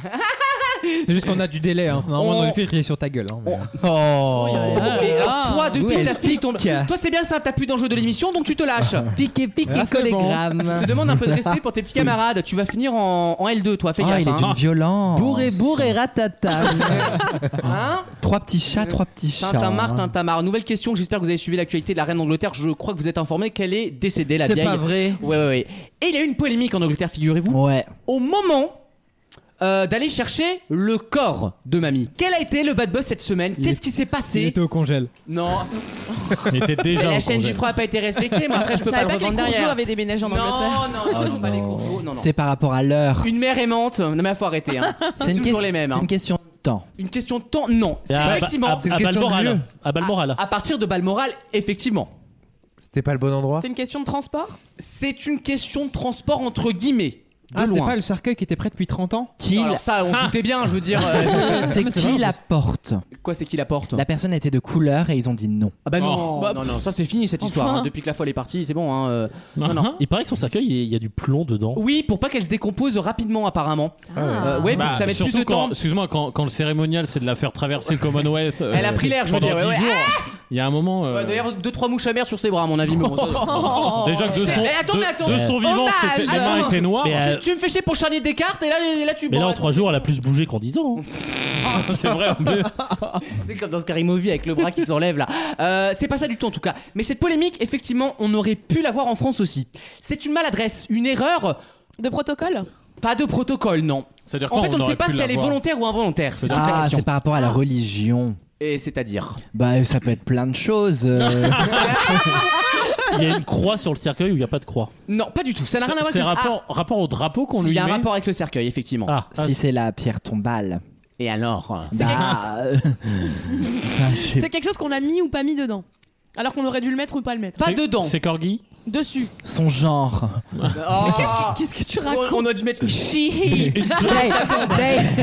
S4: C'est juste qu'on a du délai. Hein. C'est Normalement,
S2: On-
S4: dans le filtre, il est sur ta gueule. Hein, mais-
S2: Oh. Mais, euh,
S3: Ah.
S2: toi, depuis que t'as fini ton. Toi, c'est bien ça, t'as plus d'enjeu de l'émission, donc tu te lâches.
S5: Piqué, piqué,
S4: Ah, c'est
S5: collégramme.
S2: Je te demande un peu de respect pour tes petits camarades. Tu vas finir en, en L2, toi, fais
S6: Oh,
S2: gaffe.
S6: il est
S2: hein.
S6: d'une violence.
S5: Bourré, bourré, ratata.
S2: Hein
S6: Trois petits chats, trois petits chats.
S2: Tintamarre, Tintamarre. Nouvelle question, j'espère que vous avez suivi l'actualité de la reine d'Angleterre. Je crois que vous êtes informé qu'elle est décédée, la
S5: C'est
S2: vieille.
S5: pas vrai.
S2: Ouais, ouais, ouais. Et il y a eu une polémique en Angleterre, figurez-vous.
S5: Ouais.
S2: Au moment euh, d'aller chercher le corps de mamie. Quel a été le bad buzz cette semaine Qu'est-ce qui s'est
S4: Il
S2: passé
S4: était au congèle.
S2: Non,
S3: Il était déjà. en
S2: la chaîne
S3: congé.
S2: du froid a pas été respectée, mais après je
S7: Je
S2: peux pas
S7: savais
S2: le
S7: pas que les
S2: revendre
S7: courgeaux
S2: derrière.
S7: avaient déménagé en
S2: Non,
S7: Angleterre.
S2: non, non, non, pas les courgeaux, non, non.
S6: Oh C'est par rapport à l'heure.
S2: Une mère aimante, non mais faut arrêter. Hein.
S6: C'est une,
S2: toujours
S6: ques-
S2: les mêmes,
S6: c'est
S2: hein.
S6: une question de temps.
S2: Une question de temps Non, c'est
S8: Ah, bah,
S2: effectivement. Ah,
S8: À Balmoral. À Balmoral.
S2: À partir de Balmoral, effectivement.
S9: C'était pas le bon endroit
S7: C'est une question de transport
S2: C'est une question de transport entre guillemets. De
S4: Ah, c'est
S2: loin.
S4: pas le cercueil qui était prêt depuis 30 ans
S2: Qui Alors ça, on se doutait bien, je veux dire. euh,
S6: C'est
S4: mais c'est
S6: qui
S4: vrai,
S6: la porte
S2: quoi, c'est qui la porte
S6: La personne était de couleur et ils ont dit non.
S2: Ah bah non,
S3: Oh.
S2: non, non, ça c'est fini cette histoire. hein. Depuis que la folle est partie, c'est bon. Hein. euh. Non, non.
S8: Il paraît que son cercueil, il y a- il y a du plomb dedans.
S2: Oui, pour pas qu'elle se décompose rapidement, apparemment.
S7: Ah.
S2: Euh, ouais, pour
S3: Bah,
S2: que ça mette
S3: surtout
S2: plus de
S3: quand,
S2: temps.
S3: excuse-moi, quand, quand le cérémonial c'est de la faire traverser le Commonwealth. euh,
S2: Elle a pris l'air, je veux
S3: pendant
S2: dire, ouais,
S3: 10
S2: ouais.
S3: jours, Il y a un moment. euh,
S2: Ouais, D'ailleurs, deux trois mouches amères sur ses bras, à mon avis. mais bon, ça-
S7: Ah.
S3: déjà que de
S2: C'est-
S3: son,
S2: Eh, attendez,
S3: de-
S2: attendez.
S3: de son vivant,
S7: Hommage.
S3: c'était- les mains
S2: Attends.
S3: étaient noires.
S8: Mais, euh,
S2: tu, tu me fais chier pour Charlie Descartes et là, et là tu.
S8: Mais là,
S2: bon,
S8: en 3 jours, elle a plus bougé qu'en 10 ans. hein.
S3: C'est vrai. en plus.
S2: C'est comme dans Scary Movie avec le bras qui s'enlève là. Euh, c'est pas ça du tout en tout cas. Mais cette polémique, effectivement, on aurait pu l'avoir en France aussi. C'est une maladresse, une erreur,
S7: de protocole.
S2: pas de protocole, non.
S3: C'est-à-dire
S2: En
S3: quoi,
S2: fait, on ne sait
S3: aurait
S2: pas
S3: pu
S2: si elle est
S3: l'avoir
S2: volontaire ou involontaire. C'est toute la
S6: Ah,
S2: question.
S6: c'est par rapport à la religion.
S2: Et c'est-à-dire
S6: Bah, ça peut être plein de choses. euh.
S8: Il y a une croix sur le cercueil ou il n'y a pas de croix.
S2: Non, pas du tout. Ça n'a rien à voir
S3: C'est
S2: avec le-
S3: rapport, rapport au drapeau
S2: Ah,
S3: qu'on
S2: s'il
S3: lui
S2: y
S3: met.
S2: a un rapport avec le cercueil, effectivement.
S8: Ah,
S6: si c'est la pierre tombale.
S2: Et alors
S6: Bah, euh, ça, je sais
S7: C'est quelque chose qu'on a mis ou pas mis dedans. Alors qu'on aurait dû le mettre ou pas le mettre.
S2: Pas
S3: C'est-
S2: dedans.
S3: C'est Corgi
S7: Dessus.
S6: son genre.
S2: Oh.
S7: Qu'est-ce que tu racontes
S2: On, on a dû mettre she, he,
S6: They-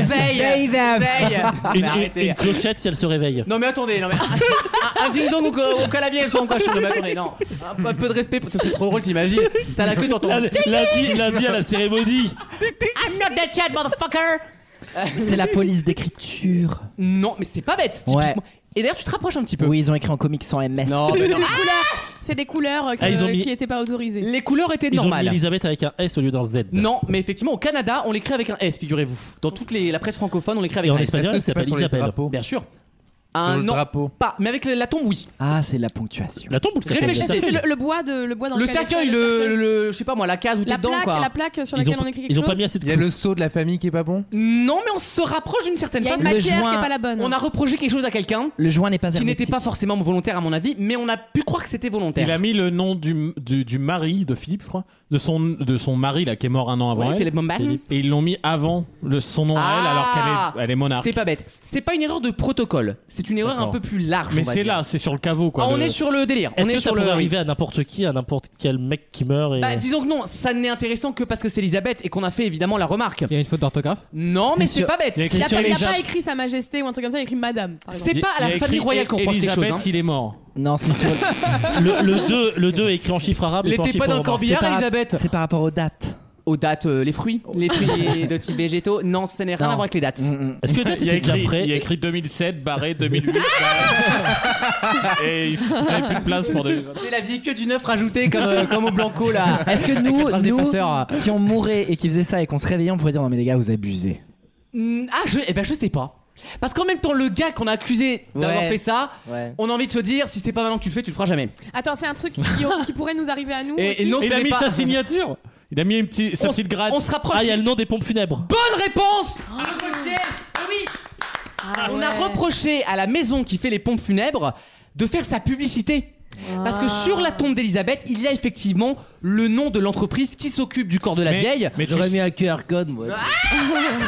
S2: they, they,
S8: Une,
S2: Ah, Mais arrêtez.
S8: une- une clochette si elle se réveille.
S2: Non mais attendez, non mais un, un- un ding dong au, co- au clavier, elles sont en quoi Non mais attendez, non, un, un peu de respect, parce que c'est trop drôle, t'imagines T'as la queue, t'entends.
S8: Lundi, lundi à la cérémonie.
S2: I'm not that chat, motherfucker.
S6: C'est la police d'écriture.
S2: Non, mais c'est pas bête, typiquement.
S6: Ouais.
S2: Et d'ailleurs, tu te rapproches un petit peu.
S6: Oui, ils ont écrit en comics sans MS.
S2: Non, mais
S7: C'est des
S2: non.
S7: couleurs, c'est des couleurs euh, que-
S8: Ah, ils ont mis-
S7: qui n'étaient pas autorisées.
S2: Les couleurs étaient
S8: Ils ont mis
S2: normales.
S8: Elisabeth avec un S au lieu d'un Z.
S2: Non, mais effectivement, au Canada, on l'écrit avec un S, figurez-vous. Dans toute les- la presse francophone, on l'écrit avec
S8: Et en
S2: un S.
S8: espagnol,
S9: que
S8: il
S9: c'est pas
S8: s'appelle
S9: sur les
S8: Isabelle.
S9: drapeaux
S2: Bien sûr.
S9: Sur
S2: Un
S9: le
S2: non,
S9: drapeau.
S2: pas. Mais avec le- la tombe, oui.
S6: Ah, c'est la ponctuation.
S8: La tombe ou le cercueil
S2: Réfléchissez.
S7: C'est c'est le, le bois de le bois dans
S2: Le
S7: lequel est fait
S2: cercueil, le, le, le- je sais pas moi, la case où t'es
S7: la
S2: dedans,
S7: plaque,
S2: quoi.
S7: la plaque sur
S8: Ils
S7: laquelle
S8: ont,
S7: on écrit quelque
S8: ils ont
S7: chose.
S8: pas mis assez de
S9: Il y a le
S8: coups.
S9: saut de la famille qui est pas bon
S2: Non, mais on se rapproche d'une certaine
S7: Il y a une
S2: façon.
S6: Le
S7: matière qui
S6: joint-
S7: est pas la bonne.
S2: On a reproché quelque chose à quelqu'un
S6: Le joint n'est pas
S2: qui n'était
S6: hermétique.
S2: pas forcément volontaire à mon avis, mais on a pu croire que c'était volontaire.
S3: Il a mis le nom du, du, du mari de Philippe, je crois, de son, de son mari là, qui est mort un an avant.
S2: Ouais,
S3: elle.
S2: Philippe Bombal.
S3: Et ils l'ont mis avant le, son nom à elle, alors qu'elle est, elle est monarque.
S2: Ah C'est pas bête. C'est pas une erreur de protocole. C'est une erreur un
S8: D'accord.
S2: peu plus large.
S3: Mais
S2: on va
S3: c'est
S2: dire.
S3: là, c'est sur le caveau quoi.
S2: Ah, on
S3: le-
S2: est sur le délire. On
S8: Est-ce
S2: est,
S8: que ça
S2: sur
S8: pourrait
S2: le.
S8: arriver à n'importe qui, à n'importe quel mec qui meurt et...
S2: Bah, disons que non, ça n'est intéressant que parce que c'est Elisabeth et qu'on a fait évidemment la remarque.
S4: Il y a une faute d'orthographe
S2: Non, mais
S6: C'est
S2: c'est
S6: sûr.
S2: pas bête.
S3: Il y a
S7: Il
S2: C'est
S7: n'a
S3: Sur
S7: pas,
S3: les
S7: il a pas
S3: Jap-
S7: écrit Sa Majesté ou un truc comme ça, il a écrit Madame. par exemple.
S2: c'est pas à
S3: Il y
S2: la
S3: a
S2: famille
S3: écrit
S8: E-
S2: royale qu'on reproche quelque chose.
S3: Elisabeth,
S2: hein.
S3: il est mort.
S6: Non, c'est sur.
S8: le, le 2 le deux est écrit en chiffre arabe. et
S2: Les
S8: pas en
S2: t'es pas
S8: chiffre
S2: dans le
S8: romain.
S2: corbillard,
S6: C'est par-
S2: Elisabeth
S6: C'est par rapport aux dates.
S2: Aux dates, euh, les fruits. Les fruits de type végétaux. Non, ça n'est rien
S6: Non.
S2: à voir avec les dates.
S6: Mm, mm.
S8: Est-ce que
S3: Il y a
S8: t'étais déjà
S3: écrit,
S8: prêt
S3: il y a écrit 2007, barré 2008. barré. et il n'avait plus de place pour 2020.
S2: C'est la vieille queue du neuf rajoutée comme, euh, comme au Blanco là.
S6: Est-ce que
S2: Avec la
S6: nous,
S2: phrase des
S6: nous,
S2: passeurs, euh.
S6: si on mourait et qu'ils faisaient ça et qu'on se réveillait, on pourrait dire non mais les gars vous abusez.
S2: Hmm, Ah, je, eh ben, je sais pas. Parce qu'en même temps, le gars qu'on a accusé d'avoir
S6: Ouais.
S2: fait ça,
S6: Ouais.
S2: on a envie de se dire si c'est pas maintenant que tu le fais, tu le feras jamais.
S7: Attends, c'est un truc qui, qui pourrait nous arriver à nous.
S2: Et- et
S7: aussi.
S2: non,
S3: Il
S2: ce
S3: a
S2: n'est
S3: mis
S2: pas-
S3: sa signature. Il a mis une petite, sa
S2: On s-
S3: petite gratte.
S2: on se rapproche.
S8: Ah, il y a le nom des pompes funèbres.
S2: Bonne réponse
S3: Ah,
S2: de Gauthier. Oui
S7: Ah
S2: On
S7: ouais.
S2: a reproché à la maison qui fait les pompes funèbres de faire sa publicité. Parce que sur la tombe d'Elisabeth, il y a effectivement le nom de l'entreprise qui s'occupe du corps de la
S3: Mais-
S2: vieille.
S3: mais tu
S5: J'aurais
S3: sais-
S5: mis un QR code, moi.
S6: Ah,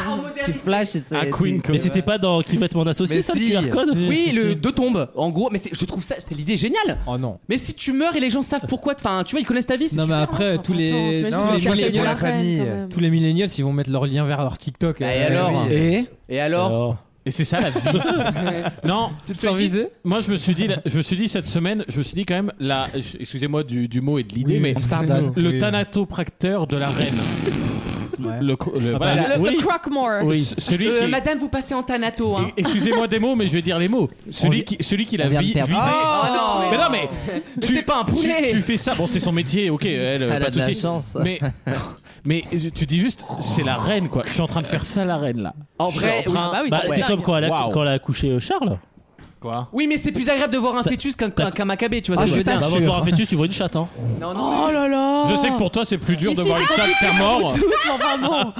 S2: En
S5: Tu
S2: modernité.
S5: flashes et ça.
S2: Ah,
S3: Un
S5: tu-
S3: Ah, queen
S8: Mais c'était pas dans Qui va être mon associé,
S9: Mais
S8: ça,
S9: si.
S8: le QR code
S2: Oui, le deux tombes, en gros. Mais c'est- je trouve ça, c'est l'idée géniale.
S4: Oh non.
S2: Mais si tu meurs et les gens savent pourquoi, enfin, tu vois, ils connaissent ta vie. c'est
S4: Non, mais
S2: super.
S7: hein,
S4: après, tous les.
S7: Attends, t'imagines,
S4: tous
S9: Non,
S4: les
S9: c'est
S7: cercueil
S9: pour la
S4: millennials-
S7: reine,
S9: famille.
S7: quand même.
S4: tous les millennials, ils vont mettre leur lien vers leur TikTok.
S2: Et
S4: euh,
S2: alors
S5: hein.
S4: oui. Oh.
S6: Et
S2: Et
S4: Euh,
S2: alors
S8: Alors,
S3: Et c'est ça la vie. non,
S4: Tu te sens visé
S3: moi je me suis dit, je me suis dit cette semaine, je me suis dit quand même la, excusez-moi du, du mot et de l'idée, mais
S6: on parle de-
S3: le
S4: Oui.
S3: thanatopracteur de la reine.
S4: Ouais.
S3: Le, cro- le-
S4: bah,
S3: voilà.
S7: Le, le
S3: Oui.
S7: Crockmore.
S3: Oui, c- celui
S2: Euh,
S3: qui.
S2: Madame, vous passez en Thanato, hein.
S3: Et- Excusez-moi des mots, mais je vais dire les mots. Celui qui, celui qui l'a
S6: on vient de
S3: vi-
S6: perdre.
S3: visé.
S2: Oh, non,
S3: mais non, mais
S2: Mais
S3: tu-
S2: c'est pas un
S3: tu,
S2: poulet.
S3: tu fais ça, bon, c'est son métier, ok, elle,
S5: Elle
S3: pas
S5: a de la
S3: souci.
S5: chance.
S3: Mais, mais tu dis juste, c'est la reine, quoi. Je suis en train de faire ça, la reine, là.
S2: En
S3: Je suis
S2: vrai,
S3: en train-
S7: oui, bah oui,
S8: bah,
S7: ça
S8: c'est
S7: dingue.
S8: comme quand elle, a,
S3: Waouh.
S8: quand elle a accouché euh, Charles.
S3: Quoi
S2: Oui, mais c'est plus agréable de voir un fœtus qu'un qu'un- qu'un macabé, tu vois
S3: Ah,
S2: ce que Ah, je veux
S8: Bah,
S2: dire.
S8: Avant de voir un fœtus, tu vois une chatte. Hein.
S2: Non, non,
S7: Oh là là.
S3: Je sais que pour toi, c'est plus dur
S7: Mais
S3: de
S7: si,
S3: voir
S7: c'est
S3: une chatte qu'un mort.
S7: Doucement, vraiment.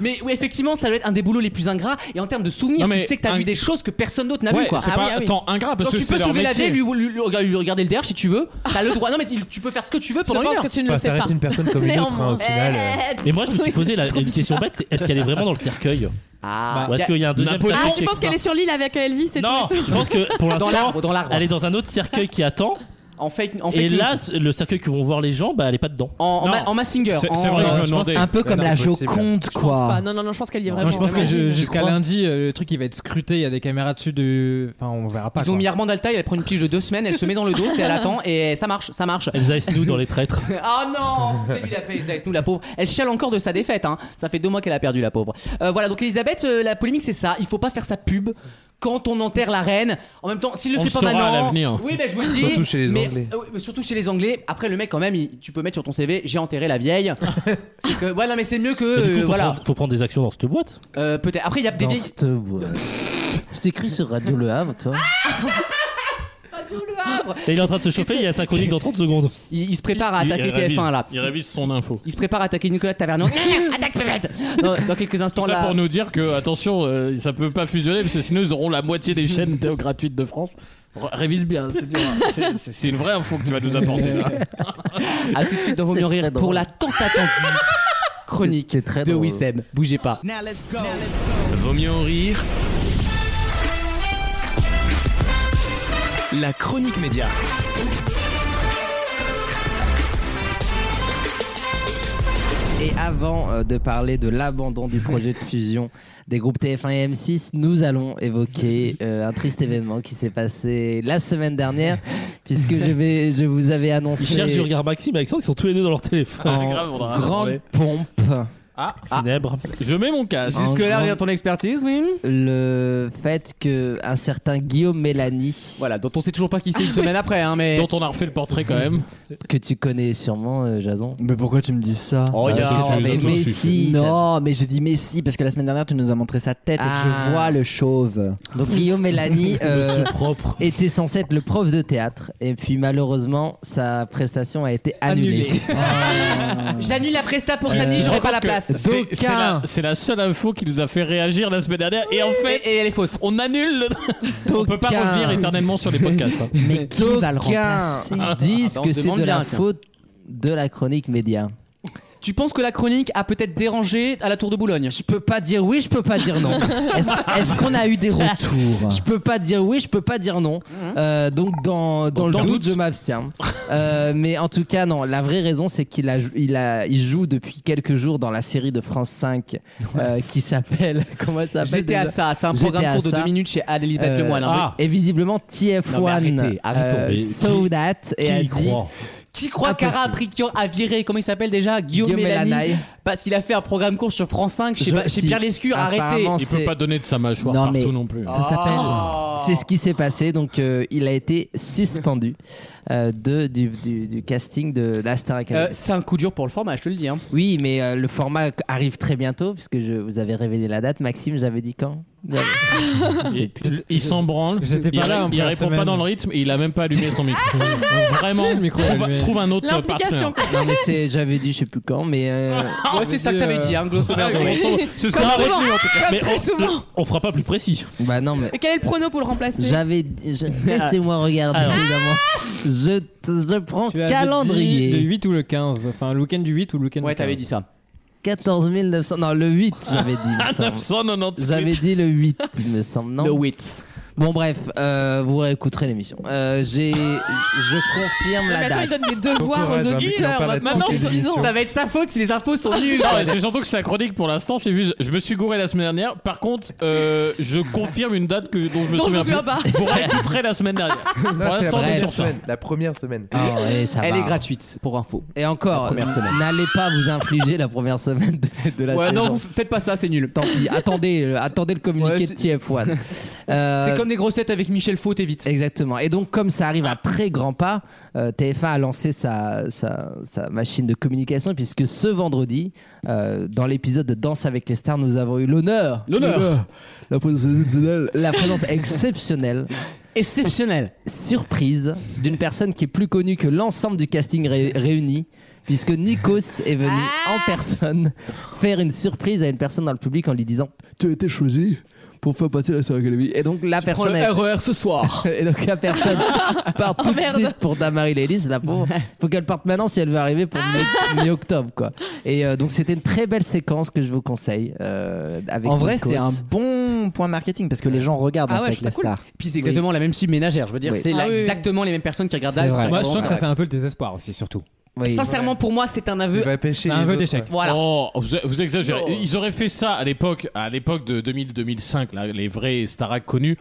S2: Mais oui, effectivement, ça doit être un des boulots les plus ingrats. Et en termes de
S3: Non,
S2: souvenirs,
S3: mais
S2: tu sais que t'as
S3: un-
S2: vu des choses que personne d'autre n'a
S3: Ouais,
S2: vu, quoi.
S3: c'est
S7: Ah
S3: pas
S7: oui, ah oui.
S3: tant ingrat parce
S2: Donc
S3: que
S2: tu
S3: c'est
S2: peux
S3: leur
S2: sauver la
S3: métier.
S2: vieille, lui, lui- lui- lui regarder le derrière si tu veux. T'as le droit. Non, mais il- tu peux faire ce que tu veux
S7: Je
S2: pendant une
S7: pense
S2: heure.
S7: que tu ne
S9: Enfin,
S7: le
S9: Ça
S7: fais pas.
S9: reste une personne comme une autre hein, au
S7: Néanmoins.
S9: final. euh.
S8: Mais moi, je me suis posé la, une question bête c'est est-ce qu'elle est vraiment dans le cercueil
S2: Ah,
S8: Ou Bah,
S3: Bah,
S8: est-ce qu'il y a un deuxième
S3: Napoléon.
S8: cercueil
S7: Ah,
S8: qui
S7: tu penses qu'elle est sur l'île avec Elvis et
S8: Non,
S7: tout et tout
S8: je pense que pour
S2: dans
S8: l'instant,
S2: l'arbre, dans l'arbre.
S8: elle est dans un autre cercueil qui attend.
S2: En fake, en fake
S8: Et
S2: news.
S8: là, le cercueil que vont voir les gens, bah, elle est pas dedans.
S2: en, en,
S3: Non.
S2: ma- en Massinger.
S3: C'est-
S2: en-
S3: c'est vrai,
S2: euh,
S3: je me
S6: Je pense
S3: demandais.
S6: un peu comme
S9: Non,
S6: la
S9: c'est possible.
S6: Joconde
S7: Je pense pas.
S6: quoi.
S7: Non, non, non, je pense qu'elle y est
S4: Moi,
S7: vraiment.
S4: je pense que
S7: vraiment.
S4: je- jusqu'à
S6: crois.
S4: lundi, euh, le truc il va être scruté. Il y a des caméras dessus. De... Enfin, on verra pas.
S2: Ils ont
S4: quoi.
S2: mis Armand Altaï, elle prend une pige de deux semaines, elle se met dans le dos et elle attend et ça marche, ça marche.
S8: Elsa et Snou dans les traîtres.
S2: Ah non, foutez-lui la paix, Elisabeth, nous la pauvre. Elle chiale encore de sa défaite, hein. ça fait deux mois qu'elle a perdu la pauvre. Euh, voilà, donc Elisabeth, euh, la polémique c'est ça, il faut pas faire sa pub. Quand on enterre la reine, en même temps, s'il le
S3: On
S2: fait
S3: le
S2: pas
S3: saura
S2: maintenant,
S3: à l'avenir.
S2: oui, mais je vous le dis,
S9: Surtout chez les
S2: mais-
S9: Anglais.
S2: euh, oui, mais surtout chez les Anglais. Après, le mec, quand même, il- tu peux mettre sur ton CV, j'ai enterré la vieille. c'est que, ouais, non, mais c'est mieux que,
S8: Mais du coup,
S2: euh,
S8: faut,
S2: voilà,
S8: prendre, faut prendre des actions dans cette boîte.
S2: Euh, peut-être. Après, il y a des
S5: Dans
S2: vieilles-
S5: cette voie. Je t'écris sur Radio Le Havre, toi.
S8: Et il est en train de se chauffer, il y a sa chronique dans 30 secondes.
S2: il, il se prépare à
S3: Il-
S2: attaquer
S3: il
S2: TF1
S3: révise-
S2: là.
S3: Il révise son info.
S2: Il se prépare à attaquer Nicolas Tavernon. Attaque Pépette dans, dans quelques instants
S3: Tout ça
S2: là.
S3: pour nous dire que attention, euh, ça peut pas fusionner parce que sinon ils auront la moitié des chaînes théo gratuites de France. R- révise bien, c'est dur, hein. C'est- c'est- c'est une vraie info que tu vas nous apporter. là.
S2: A tout de suite dans Vaut mieux en rire
S5: très
S2: pour
S5: drôle.
S2: la tant attendue chronique
S5: C'est très
S2: de
S5: drôle.
S2: Wissem. Bougez pas.
S1: Vaut mieux en rire. La chronique média.
S5: Et avant euh, de parler de l'abandon du projet de fusion des groupes TF1 et M6, nous allons évoquer euh, un triste événement qui s'est passé la semaine dernière, puisque je, vais, je vous avais annoncé
S3: Ah,
S8: Il cherche du regard Maxime et Alexandre, ils sont tous les deux dans leur téléphone.
S5: en
S3: grave, on en a
S5: grande
S3: parlé.
S5: pompe
S3: Ah,
S8: Funèbre.
S3: Je mets mon casque.
S5: En
S2: Jusque-là,
S5: gros-
S2: regarde ton expertise, oui
S5: Le fait que un certain Guillaume Mélanie,
S2: Voilà, dont on sait toujours pas qui c'est une semaine après, hein, mais.
S3: Dont on a refait le portrait quand même.
S5: que tu connais sûrement, euh, Jason.
S6: Mais pourquoi tu me dis ça
S2: Oh, il y a-
S3: Parce que tu les as
S5: mais
S3: tous
S5: mais
S3: su.
S5: si,
S6: Non, mais je dis mais si, parce que la semaine dernière, tu nous as montré sa tête et
S5: Ah.
S6: je vois le chauve.
S5: Donc Guillaume Mélanie euh,
S8: propre.
S5: était censé être le prof de théâtre et puis malheureusement sa prestation a été annulée.
S2: J'annule la presta pour
S5: Euh,
S2: samedi, j'aurai
S5: je
S2: pas la
S3: que
S2: place.
S3: C'est
S5: D'aucuns.
S3: c'est la, c'est la seule info qui nous a fait réagir la semaine dernière. Et en fait,
S2: Et, et elle est fausse.
S3: on annule le. On peut pas
S5: D'aucuns.
S3: revenir éternellement sur les podcasts. hein.
S6: Mais qui va le
S5: D'aucuns
S6: remplacer
S5: disent
S2: Ah, bah, on
S5: que
S2: se
S5: c'est
S2: demande
S5: de la
S2: bien, tiens.
S5: faute de la chronique média.
S2: Tu penses que la chronique a peut-être dérangé à la Tour de Boulogne
S5: Je peux pas dire oui, je peux pas dire non.
S6: Est-ce est-ce qu'on a eu des retours
S5: Je peux pas dire oui, je peux pas dire non. Euh, donc dans, dans le
S3: Dans le
S5: doute,
S3: doute.
S5: je m'abstiens. Euh, mais en tout cas, non, la vraie raison, c'est qu'il a, jou- il a, il joue depuis quelques jours dans la série de France 5 euh, qui s'appelle... Comment ça s'appelle
S2: J'étais à
S5: déjà
S2: ça, c'est un
S5: J'étais
S2: programme
S5: à
S2: court de
S5: ça.
S2: deux minutes chez Adélisabeth
S5: Euh,
S2: Lemoine. hein.
S3: ah.
S5: Et visiblement,
S2: Non, mais
S5: TF1
S2: arrêtez, arrêtons.
S5: euh,
S8: Mais
S5: saw
S8: qui-
S5: that et a
S8: Qui y
S5: dit...
S8: croit
S2: Qui croit
S5: Impossible.
S2: qu'Ara Prikian a viré, comment il s'appelle déjà Guillaume,
S5: Guillaume
S2: Mélanie.
S5: Mélanie.
S2: Parce qu'il a fait un programme court sur France 5 chez,
S5: Je-
S2: chez
S5: si.
S2: Pierre Lescure, arrêtez.
S5: Apparemment,
S3: Il
S5: c'est-
S3: peut pas donner de sa mâchoire
S6: Non,
S3: partout
S6: mais-
S3: non plus.
S2: Ah,
S6: Ça s'appelle.
S2: Oh.
S5: Oh. C'est ce qui s'est passé. Donc, euh, il a été suspendu euh, de, du, du- du casting de la Star Academy.
S2: Euh, c'est un coup dur pour le format, je te le dis. hein.
S5: oui, mais euh, le format arrive très bientôt, puisque je vous avez révélé la date. Maxime, j'avais dit quand
S3: Il, il s'en branle.
S4: J'étais
S3: Il,
S4: pas
S3: ré-
S4: là, hein,
S3: il
S4: pour la
S3: répond
S4: semaine.
S3: pas dans le rythme et il a même pas allumé son micro. Vraiment,
S4: Si, le micro est allumé.
S3: trouve, trouve un autre
S7: L'implication.
S3: partenaire.
S7: quoi.
S5: Non, mais c'est- j'avais dit, je sais plus quand, mais. euh,
S2: Ouais, c'est ça que t'avais dit, hein, grosso
S3: Ah,
S2: modo.
S3: mais on s'en- Ce sera
S7: Comme souvent.
S3: retenu en tout cas.
S7: Comme
S3: Mais
S7: très souvent.
S3: on, on fera pas plus précis.
S5: bah non, mais.
S7: Mais quel est le prono pour le remplacer
S5: J'avais dit. je- Laissez-moi regarder,
S3: Alors.
S5: évidemment. Je, t- je prends
S4: Tu avais dit Le
S5: calendrier.
S4: 8 ou le 15 Enfin, le week-end du 8 ou le week-end
S2: Ouais,
S4: du 15
S2: t'avais dit ça.
S5: 14 900. Non, le 8, j'avais dit.
S3: Ah,
S5: il me semble.
S3: 990.
S5: J'avais dit le 8, il me semble. Non
S2: Le wit.
S5: Bon bref, euh, vous réécouterez l'émission. Euh, j'ai, je confirme
S7: Mais
S5: la
S7: attends, il
S5: date.
S7: donne des devoirs
S9: courage,
S7: aux
S9: hein,
S7: auditeurs.
S9: mais tu en
S7: maintenant,
S9: parles à
S7: c'est
S9: toutes les
S7: suffisant.
S9: émissions.
S2: Ça va être sa faute si les infos sont nulles.
S3: Non, mais Ah c'est surtout que sa chronique pour l'instant, c'est vu. Je me suis gouré la semaine dernière. Par contre, euh, je confirme une date que, dont je me
S7: Dont je
S3: souviens
S7: me souviens
S3: plus.
S7: pas.
S3: Vous réécouterez la semaine dernière. pour
S9: Non, c'est
S3: l'instant,
S9: la
S3: on est
S9: première
S3: sur ça.
S9: semaine. La première semaine.
S5: Ah ouais, ça
S2: Elle
S5: va.
S2: est gratuite pour info.
S5: Et encore,
S2: La première semaine.
S5: n'allez pas vous infliger la première semaine de, de la
S2: Ouais,
S5: saison.
S2: non, vous f- faites pas ça, Euh, c'est nul.
S5: Tant pis. Attendez, euh, attendez le
S2: Ouais,
S5: communiqué
S2: c'est-
S5: de TF1. Euh,
S2: C'est comme des grossettes avec Michel Faux, t'évites.
S5: Exactement. Et donc, comme ça arrive à très grands pas, euh, TF1 a lancé sa, sa, sa machine de communication, puisque ce vendredi, euh, dans l'épisode de Danse avec les stars, nous avons eu l'honneur.
S2: L'honneur.
S5: La présence exceptionnelle. La présence exceptionnelle,
S2: Exceptionnel.
S5: surprise, d'une personne qui est plus connue que l'ensemble du casting ré- réuni. Puisque Nikos est venu
S2: Ah.
S5: en personne faire une surprise à une personne dans le public en lui disant Tu as été choisi pour faire partie de la Star Academy. Et donc la personne a été-
S2: RER E ce soir.
S5: et donc la personne part tout de
S7: merde.
S5: suite pour Damary Lélis, la pauvre. Faut qu'elle parte maintenant si elle veut arriver pour
S2: Ah.
S5: mi- mi-octobre, quoi. Et euh, donc c'était une très belle séquence que je vous conseille. euh, avec
S6: En vrai,
S5: Nikos.
S6: c'est un bon point marketing parce que les gens regardent
S2: Ah
S6: dans
S2: ouais, je
S6: avec
S2: trouve
S6: les
S2: ça cool.
S6: stars.
S2: Puis c'est exactement la même cible ménagère. Je veux dire,
S5: Oui.
S2: c'est
S7: Ah
S2: là
S7: oui, oui.
S2: exactement les mêmes personnes qui regardent
S6: C'est
S2: Dallas,
S6: vrai.
S2: qui
S4: Moi, je sens
S2: regardent
S4: que ça fait un peu le désespoir aussi, surtout.
S5: Oui.
S2: Sincèrement, pour moi, c'est un
S9: Tu
S2: aveu.
S9: vas pêcher
S4: Un
S9: les
S4: vœu
S9: autres.
S4: d'échec.
S2: Voilà.
S3: Oh, vous, vous exagérez. Ils auraient fait ça à l'époque, à l'époque de 2000-2005, là, les vrais Starac connus.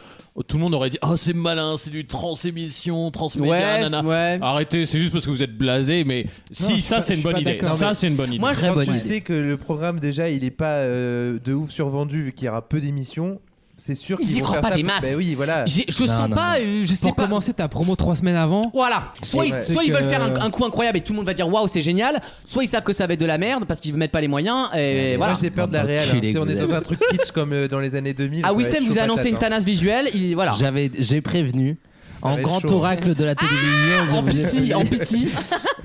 S3: Tout le monde aurait dit Oh, c'est malin, c'est du trans-émission, transmédia,
S2: Ouais,
S3: nana.
S2: ouais.
S3: Arrêtez, c'est juste parce que vous êtes blasé, mais si,
S4: je suis
S3: ça
S4: pas-
S3: c'est
S4: je
S3: une
S4: suis
S3: bonne
S4: pas
S3: idée.
S4: d'accord.
S3: Ça c'est une bonne idée.
S2: Moi, je
S5: Très bonne
S9: tu
S5: idée.
S9: sais que le programme déjà il est pas euh, de ouf survendu vu qu'il y aura peu d'émissions c'est sûr
S2: Ils
S9: qu'ils
S2: y
S9: vont
S2: croient
S9: faire
S2: pas
S9: ça
S2: des
S9: pour-
S2: masses.
S9: Bah oui voilà
S2: J'ai- Je sens
S5: non,
S2: pas, euh, je sais
S4: Pour
S2: pas.
S4: commencer ta promo trois semaines avant,
S2: Voilà, soit, ils,
S9: vrai.
S2: soit ils
S4: C'est
S2: veulent
S4: que-
S2: faire un, un coup incroyable et tout le monde va dire waouh c'est génial, soit ils savent que ça va être de la merde parce qu'ils mettent pas les moyens et voilà.
S9: Moi j'ai peur de la
S5: Bande
S9: réelle. hein.
S5: d'enculés
S9: Si
S5: que
S9: on est
S5: vous
S9: dans un truc kitsch comme euh, dans les années 2000.
S2: Ah
S9: ça va
S2: Wissem
S9: être chaud
S2: vous a annoncé une
S9: patate, hein.
S2: tanasse visuelle, il voilà.
S5: J'avais, j'ai prévenu.
S9: Ça
S5: en
S9: va être
S5: grand
S9: chaud.
S5: oracle de la télévision.
S2: Ah, En
S5: vous êtes
S2: pitié,
S5: venu.
S2: en pitié.